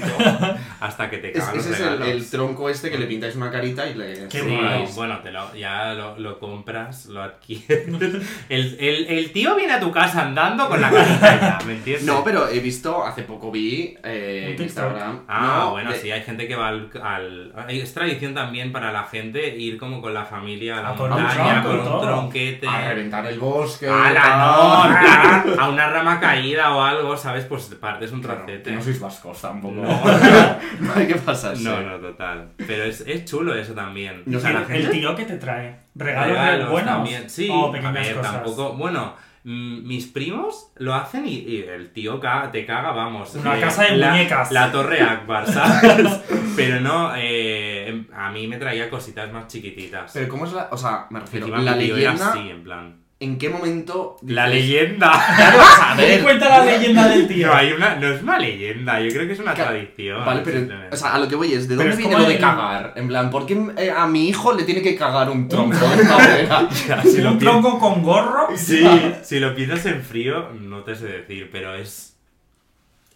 hasta que te Es, cagan los ese es el, regalos. el tronco este que le pintáis una carita y le. Qué Sí, bueno. bueno, te lo, ya lo, lo compras, lo adquieres. El, el- el tío viene a tu casa andando con la carita ya, ¿me entiendes? No, pero he visto, hace poco vi eh, Un en TikTok. Instagram. Ah, no, eh. bueno, de- sí, hay gente que va al, al- Es tradición también para la gente ir como con la familia a la A por un montaña, tronco y con un todo. tronquete. A reventar el bosque. tal. ¡Hala, no! A una rama caída o algo, ¿sabes? Pues partes un Claro, trocete. que no sois vascos tampoco. No. No hay que pasarse. No, no, total. Pero es, es chulo eso también. No O sea, sé, la El- gente- El tío que te trae. Regalos, regalos buenos. Oh, también. Sí, o a pequeñas ver, cosas. tampoco. Bueno, mm, mis primos lo hacen y, y el tío ca- te caga, vamos. Eh, Una casa de la- muñecas. La torre Akbar, ¿sabes? Pero no, eh, em, a mí me traía cositas más chiquititas. Pero ¿cómo es la...? O sea, me refiero, Encima la mi tío era leyenda... así, en plan. ¿En qué momento...? La dices, leyenda. "Claro, a Ten en ver, cuenta la leyenda del tío. No, hay una, no es una leyenda, yo creo que es una Ca- tradición. Vale, pero... simplemente. O sea, a lo que voy es, ¿de Pero dónde es viene como lo de el- cagar? En plan, ¿por qué eh, a mi hijo le tiene que cagar un tronco de madera? Ya, si lo un piensas- tronco con gorro. Sí, si lo piensas en frío, no te sé decir, pero es.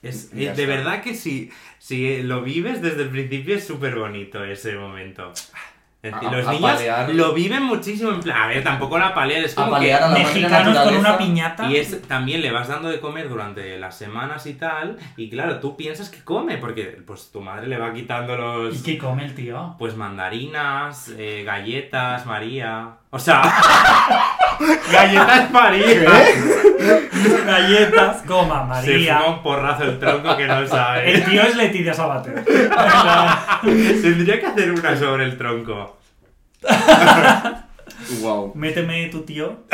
Es, Ya es- está. de eh, verdad que si, si lo vives desde el principio es súper bonito ese momento. Es A- decir, los a- niños apalear. lo viven muchísimo, en plan, a ver, tampoco la palear, es como que... Apalear a la madre Mexicanos con naturaleza. una piñata. Y es, también le vas dando de comer durante las semanas y tal, y claro, tú piensas que come, porque pues tu madre le va quitando los... ¿Y qué come el tío? Pues mandarinas, eh, galletas, María... O sea... galletas María. Galletas, coma, Se fuma María. un porrazo el tronco que no El sabe. tío es Leticia Sabater. En plan, Tendría que hacer una sobre el tronco. Wow. Méteme tu tío.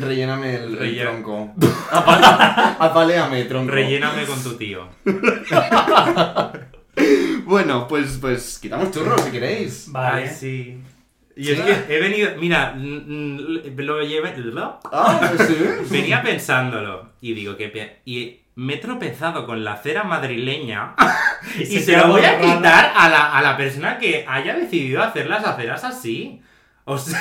Relléname el, el Rellena- tronco. Apale- Apaleame, tronco. Relléname con tu tío. Bueno, pues, pues quitamos churros si queréis. Vale. Ay, sí. Y es que he venido. Mira, mm, mm, lo llevé. lo- Ah, sí. Venía pensándolo. Y digo que. pe- Y me he tropezado con la cera madrileña. Y, se, Ah, queda lo voy a borrado. quitar a la, a la persona que haya decidido hacer las aceras así. O sea,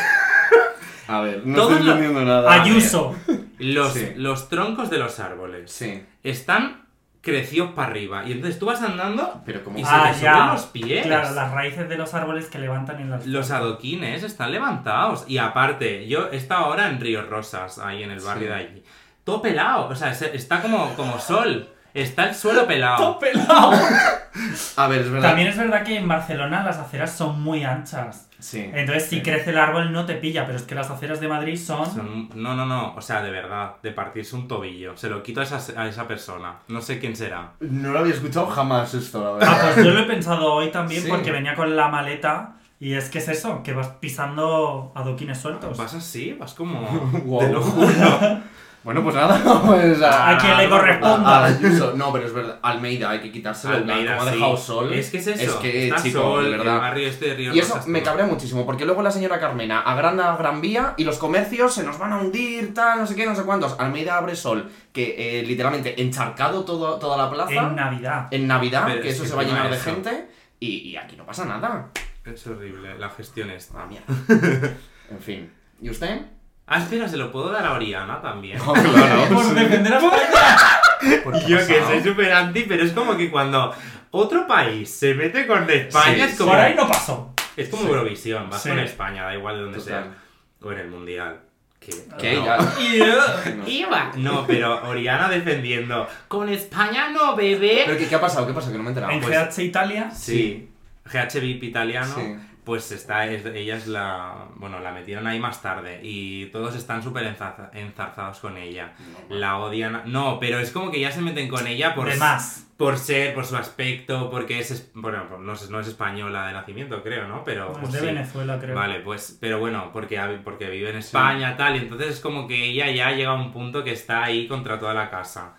A ver, no Todos estoy lo- entendiendo nada. Ayuso. los, Sí. los troncos de los árboles Sí. están crecidos para arriba. Y entonces tú vas andando Pero como... y se Ah, te ya. suben los pies. Claro, las raíces de los árboles que levantan en las. Los adoquines están levantados. Y aparte, yo he estado ahora en Río Rosas, ahí en el barrio Sí. de allí. Todo pelado. O sea, se- está como, como sol. Está el suelo pelado. pelado! A ver, es verdad. ¡Ah, También es verdad que en Barcelona las aceras son muy anchas. Sí. Entonces, si Sí. crece el árbol, no te pilla, pero es que las aceras de Madrid son. Son- No, no, no. O sea, de verdad, de partirse un tobillo. Se lo quito a esa, a esa persona. No sé quién será. No lo había escuchado jamás esto, la Ah, verdad. pues yo lo he pensado hoy también Sí. porque venía con la maleta y es que es eso, que vas pisando adoquines sueltos. Vas así, vas como. Wow. Te lo juro. Bueno, pues nada, pues a... ¿A quién le corresponda? a- a Ayuso. No, pero es verdad, Almeida hay que quitárselo. Almeida, como ha sí. dejado sol. Es que es eso. Es que, Está chico, sol, de el verdad. barrio este de Río Y eso Rosas, me todo. cabrea muchísimo, porque luego la señora Carmena agranda Gran Vía y los comercios se nos van a hundir, tal, no sé qué, no sé cuántos. Almeida abre sol, que eh, literalmente encharcado todo, toda la plaza En en, Navidad. Navidad, Pero que es eso que se va a encima llenar de eso. gente, y, y aquí no pasa nada. Es horrible, la gestión esta. Ah, mierda. en fin. ¿Y usted? Ah, espera, se lo puedo dar a Oriana también. pues Por defender a España. ¿Por qué ha Yo que pasado? soy súper anti, pero es como que cuando otro país se mete con España Sí, es como, Por ahí no pasó. es como Sí. Eurovisión, vas Sí. con España, da igual de donde Total. sea, o en el Mundial. Que, ¿Qué? no. Ya- Yo- No. Iba. No, pero Oriana defendiendo. Con España no, bebé. ¿Pero qué, qué ha pasado? ¿Qué pasa? Que no me he enterado. En pues- GH Italia. Sí. GH VIP italiano, Sí. pues está, es- ella es la, bueno, la metieron ahí más tarde y todos están súper enza- enzarzados con ella. La odian, no, pero es como que ya se meten con ella por, de más. por ser, por su aspecto, porque es, es- bueno, no es, no es española de nacimiento, creo, ¿no? Pero Es pues de sí. Venezuela, creo. Vale, pues, pero bueno, porque, ha- porque vive en España, tal, y entonces es como que ella ya llega a un punto que está ahí contra toda la casa.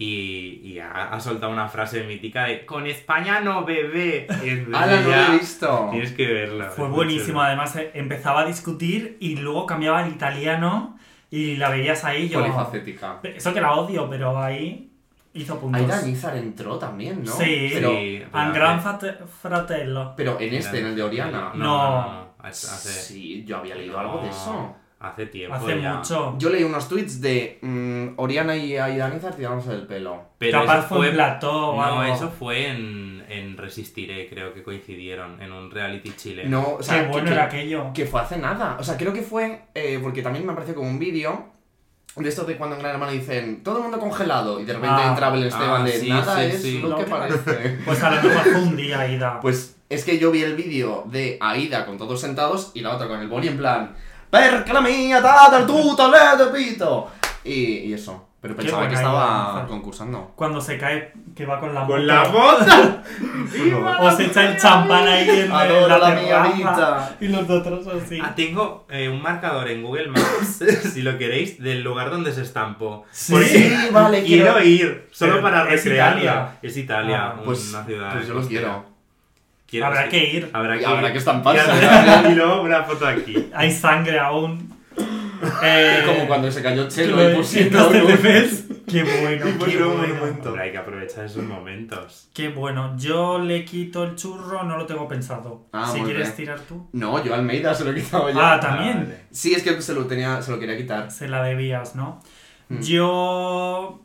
Y, y ha, ha soltado una frase mítica de con España no bebé. Y entonces ¡Hala, no lo ya he visto! Tienes que verla. Fue es muy buenísimo. chulo. Además, eh, empezaba a discutir y luego cambiaba al italiano y la veías ahí. Yo, Polifacética. eso que la odio, pero ahí hizo puntos. Aida Nizar entró también, ¿no? Sí. Pero, Sí, Al pero gran hace- frate- fratello. pero en este, en el de Oriana. No, no, no, no, hace, hace- Sí, yo había leído algo de no, eso. Hace tiempo. Hace ya. mucho. Yo leí unos tweets de mm, Oriana y Aida Nizar tirándose del pelo. Pero Capaz eso fue en plató o algo. No, eso fue en, en Resistiré, creo que coincidieron, en un reality chile. No, o sea, Qué bueno que, era aquello. que fue hace nada. O sea, creo que fue, eh, porque también me apareció como un vídeo de esto de cuando en Gran Hermano dicen todo el mundo congelado y de repente Ah, entra Belén ah, Esteban de sí, nada sí, es sí. lo Lo que que parece. Pues a lo mejor fue un día, Ida. Pues es que yo vi el vídeo de Aida con todos sentados y la otra con el boli en plan Perca la mía, tata, tú, le de pito! Y, y eso. Pero Qué pensaba que buena idea, estaba Rafa. concursando. Cuando se cae, que va con la moto. bota! O se echa el champán ahí en Adoro la, la terraza. mía vida. Y los otros así. Ah, tengo eh, un marcador en Google Maps, si lo queréis, del lugar donde se estampó. Sí. Porque Sí, vale, quiero quiero- ir, solo Pero para es recrearlo. Italia. Es Italia, Ah, Pues, una ciudad. pues yo lo costera. quiero. Quiero- Habrá sí. que ir. Habrá Y que habrá ir. que estamparse. Y habrá- Y luego una foto aquí. Hay sangre aún. Eh, Como cuando se cayó que Chelo y lo- pusieron entonces te un- ves. Qué bueno, Y qué pusieron un bueno. monumento. Hombre, hay que aprovechar esos momentos. Qué bueno. Yo le quito el churro, no lo tengo pensado. Ah, si muy quieres bien. tirar tú. No, yo a Almeida se lo he quitado ya. Ah, también. Vale. Sí, es que se lo tenía, se lo quería quitar. Se la debías, ¿no? Hmm. Yo.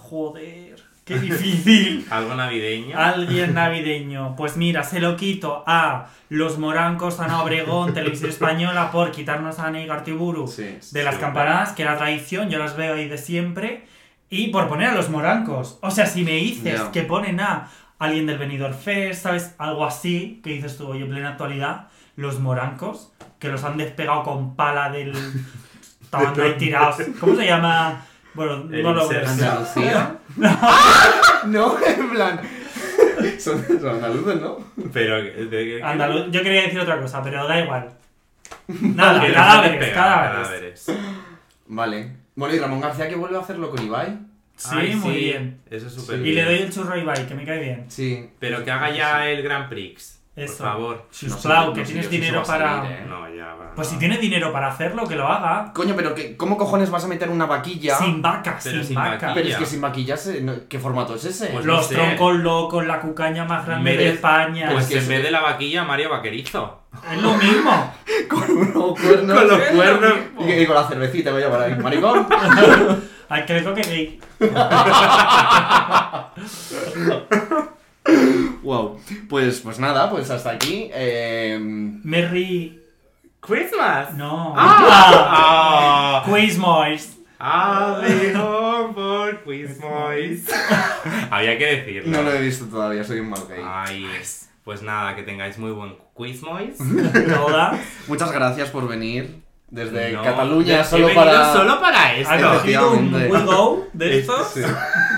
Joder. ¡Qué difícil! Algo navideño. Alguien navideño. Pues mira, se lo quito a los morancos, Ana Obregón, Televisión Española por quitarnos a Ana Igartiburu Sí, sí, de las sí. campanadas, que era tradición, yo las veo ahí de siempre, y por poner a los morancos. O sea, si me dices Ya. que ponen a alguien del Benidorm Fest, ¿sabes? Algo así, que dices tú, oye, en plena actualidad, los morancos, que los han despegado con pala del... Estaban ahí tirados. ¿Cómo se llama? Bueno, El no lo inserto. sé. ¿Andalucía? no, en plan. Son, son andaluces, ¿no? Pero. de- de- Andaluz, yo quería decir otra cosa, pero da igual. que Nada, nos han cadáveres, pegado cadáveres. cadáveres. Vale. Bueno, y Ramón García que vuelve a hacerlo con Ibai. Sí, Ay, muy bien. Eso es súper Y le doy el churro a Ibai, que me cae bien. Sí. Pero que haga ya el Grand Prix. Eso. Por favor. No sé, Sisplau, no que sé tienes yo si eso dinero va a para. salir, ¿eh? No, ya va. Pues si no. tiene dinero para hacerlo, que lo haga. Coño, pero que, ¿cómo cojones vas a meter una vaquilla? Sin vaca, Pero sin, sin vaca. Pero es Ya. que sin maquillarse, no- ¿qué formato es ese? Pues no Los sé. troncos locos, la cucaña más grande de Merece- España. Pues Es que en sí. vez de la vaquilla, Mario Vaquerizo. Es lo mismo. con unos cuernos. Con los cuernos. Y, y con la cervecita voy a para ahí. Maricón. Al que le toque gay. wow. Pues, pues nada, pues hasta aquí. eh, Merry. ¡Christmas! No. ¡Ah! Ah. Quizmoys. I'll be home for Christmas. Había que decirlo. no lo he visto todavía, soy un mal gay. Ay, pues nada, que tengáis muy buen Quizmois. Todas. Muchas gracias por venir desde No, Cataluña he solo venido para. solo para esto. ¿Has cogido un Efectivamente. We Go de estos? Sí.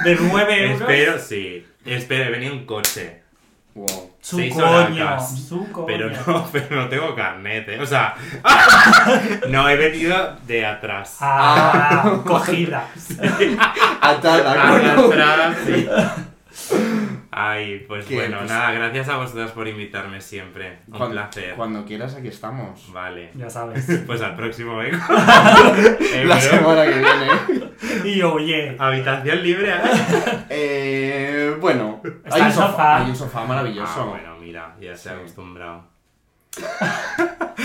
De 9 euros. Este Espero, sí. Espero, he venido en coche. Wow. Su Seis coño, horacas. su coño. Pero no, pero no tengo carnet, ¿eh? O sea, no he venido de atrás. Ah, cogida. Atada, Ah, con un- atrás, sí. Ay, pues Qué bueno, pues- nada, gracias a vosotras por invitarme siempre. Un Cuando- placer. Cuando quieras, aquí estamos. Vale. Ya sabes. Pues al próximo vengo. Eh, La bro, semana que viene. Y oye, Habitación libre. ¿eh? Ah, Eh, bueno, Está hay un el sofá, sofá. hay un sofá maravilloso. Ah, bueno, mira, ya se ha Sí. acostumbrado.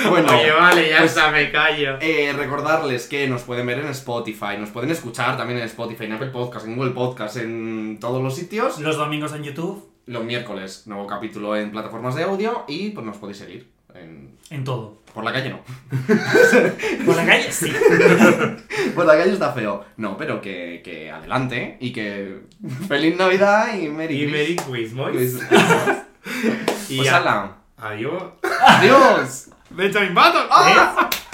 Bueno, Oye, vale, ya pues- está, me callo. eh, recordarles que nos pueden ver en Spotify, nos pueden escuchar también en Spotify, en Apple Podcast, en Google Podcast, en todos los sitios. los domingos en YouTube, Los miércoles, nuevo capítulo en plataformas de audio y pues nos podéis seguir. en- en todo. Por la calle no. Por la calle, sí. Por la calle está feo. No, pero que, que adelante y que feliz Navidad y Merry Y Merry Christmas. Quizmois. Y Pues a- ala. adiós. Adiós. Benjamin Button. ¡Ah! ¿Eh? ¿Ves?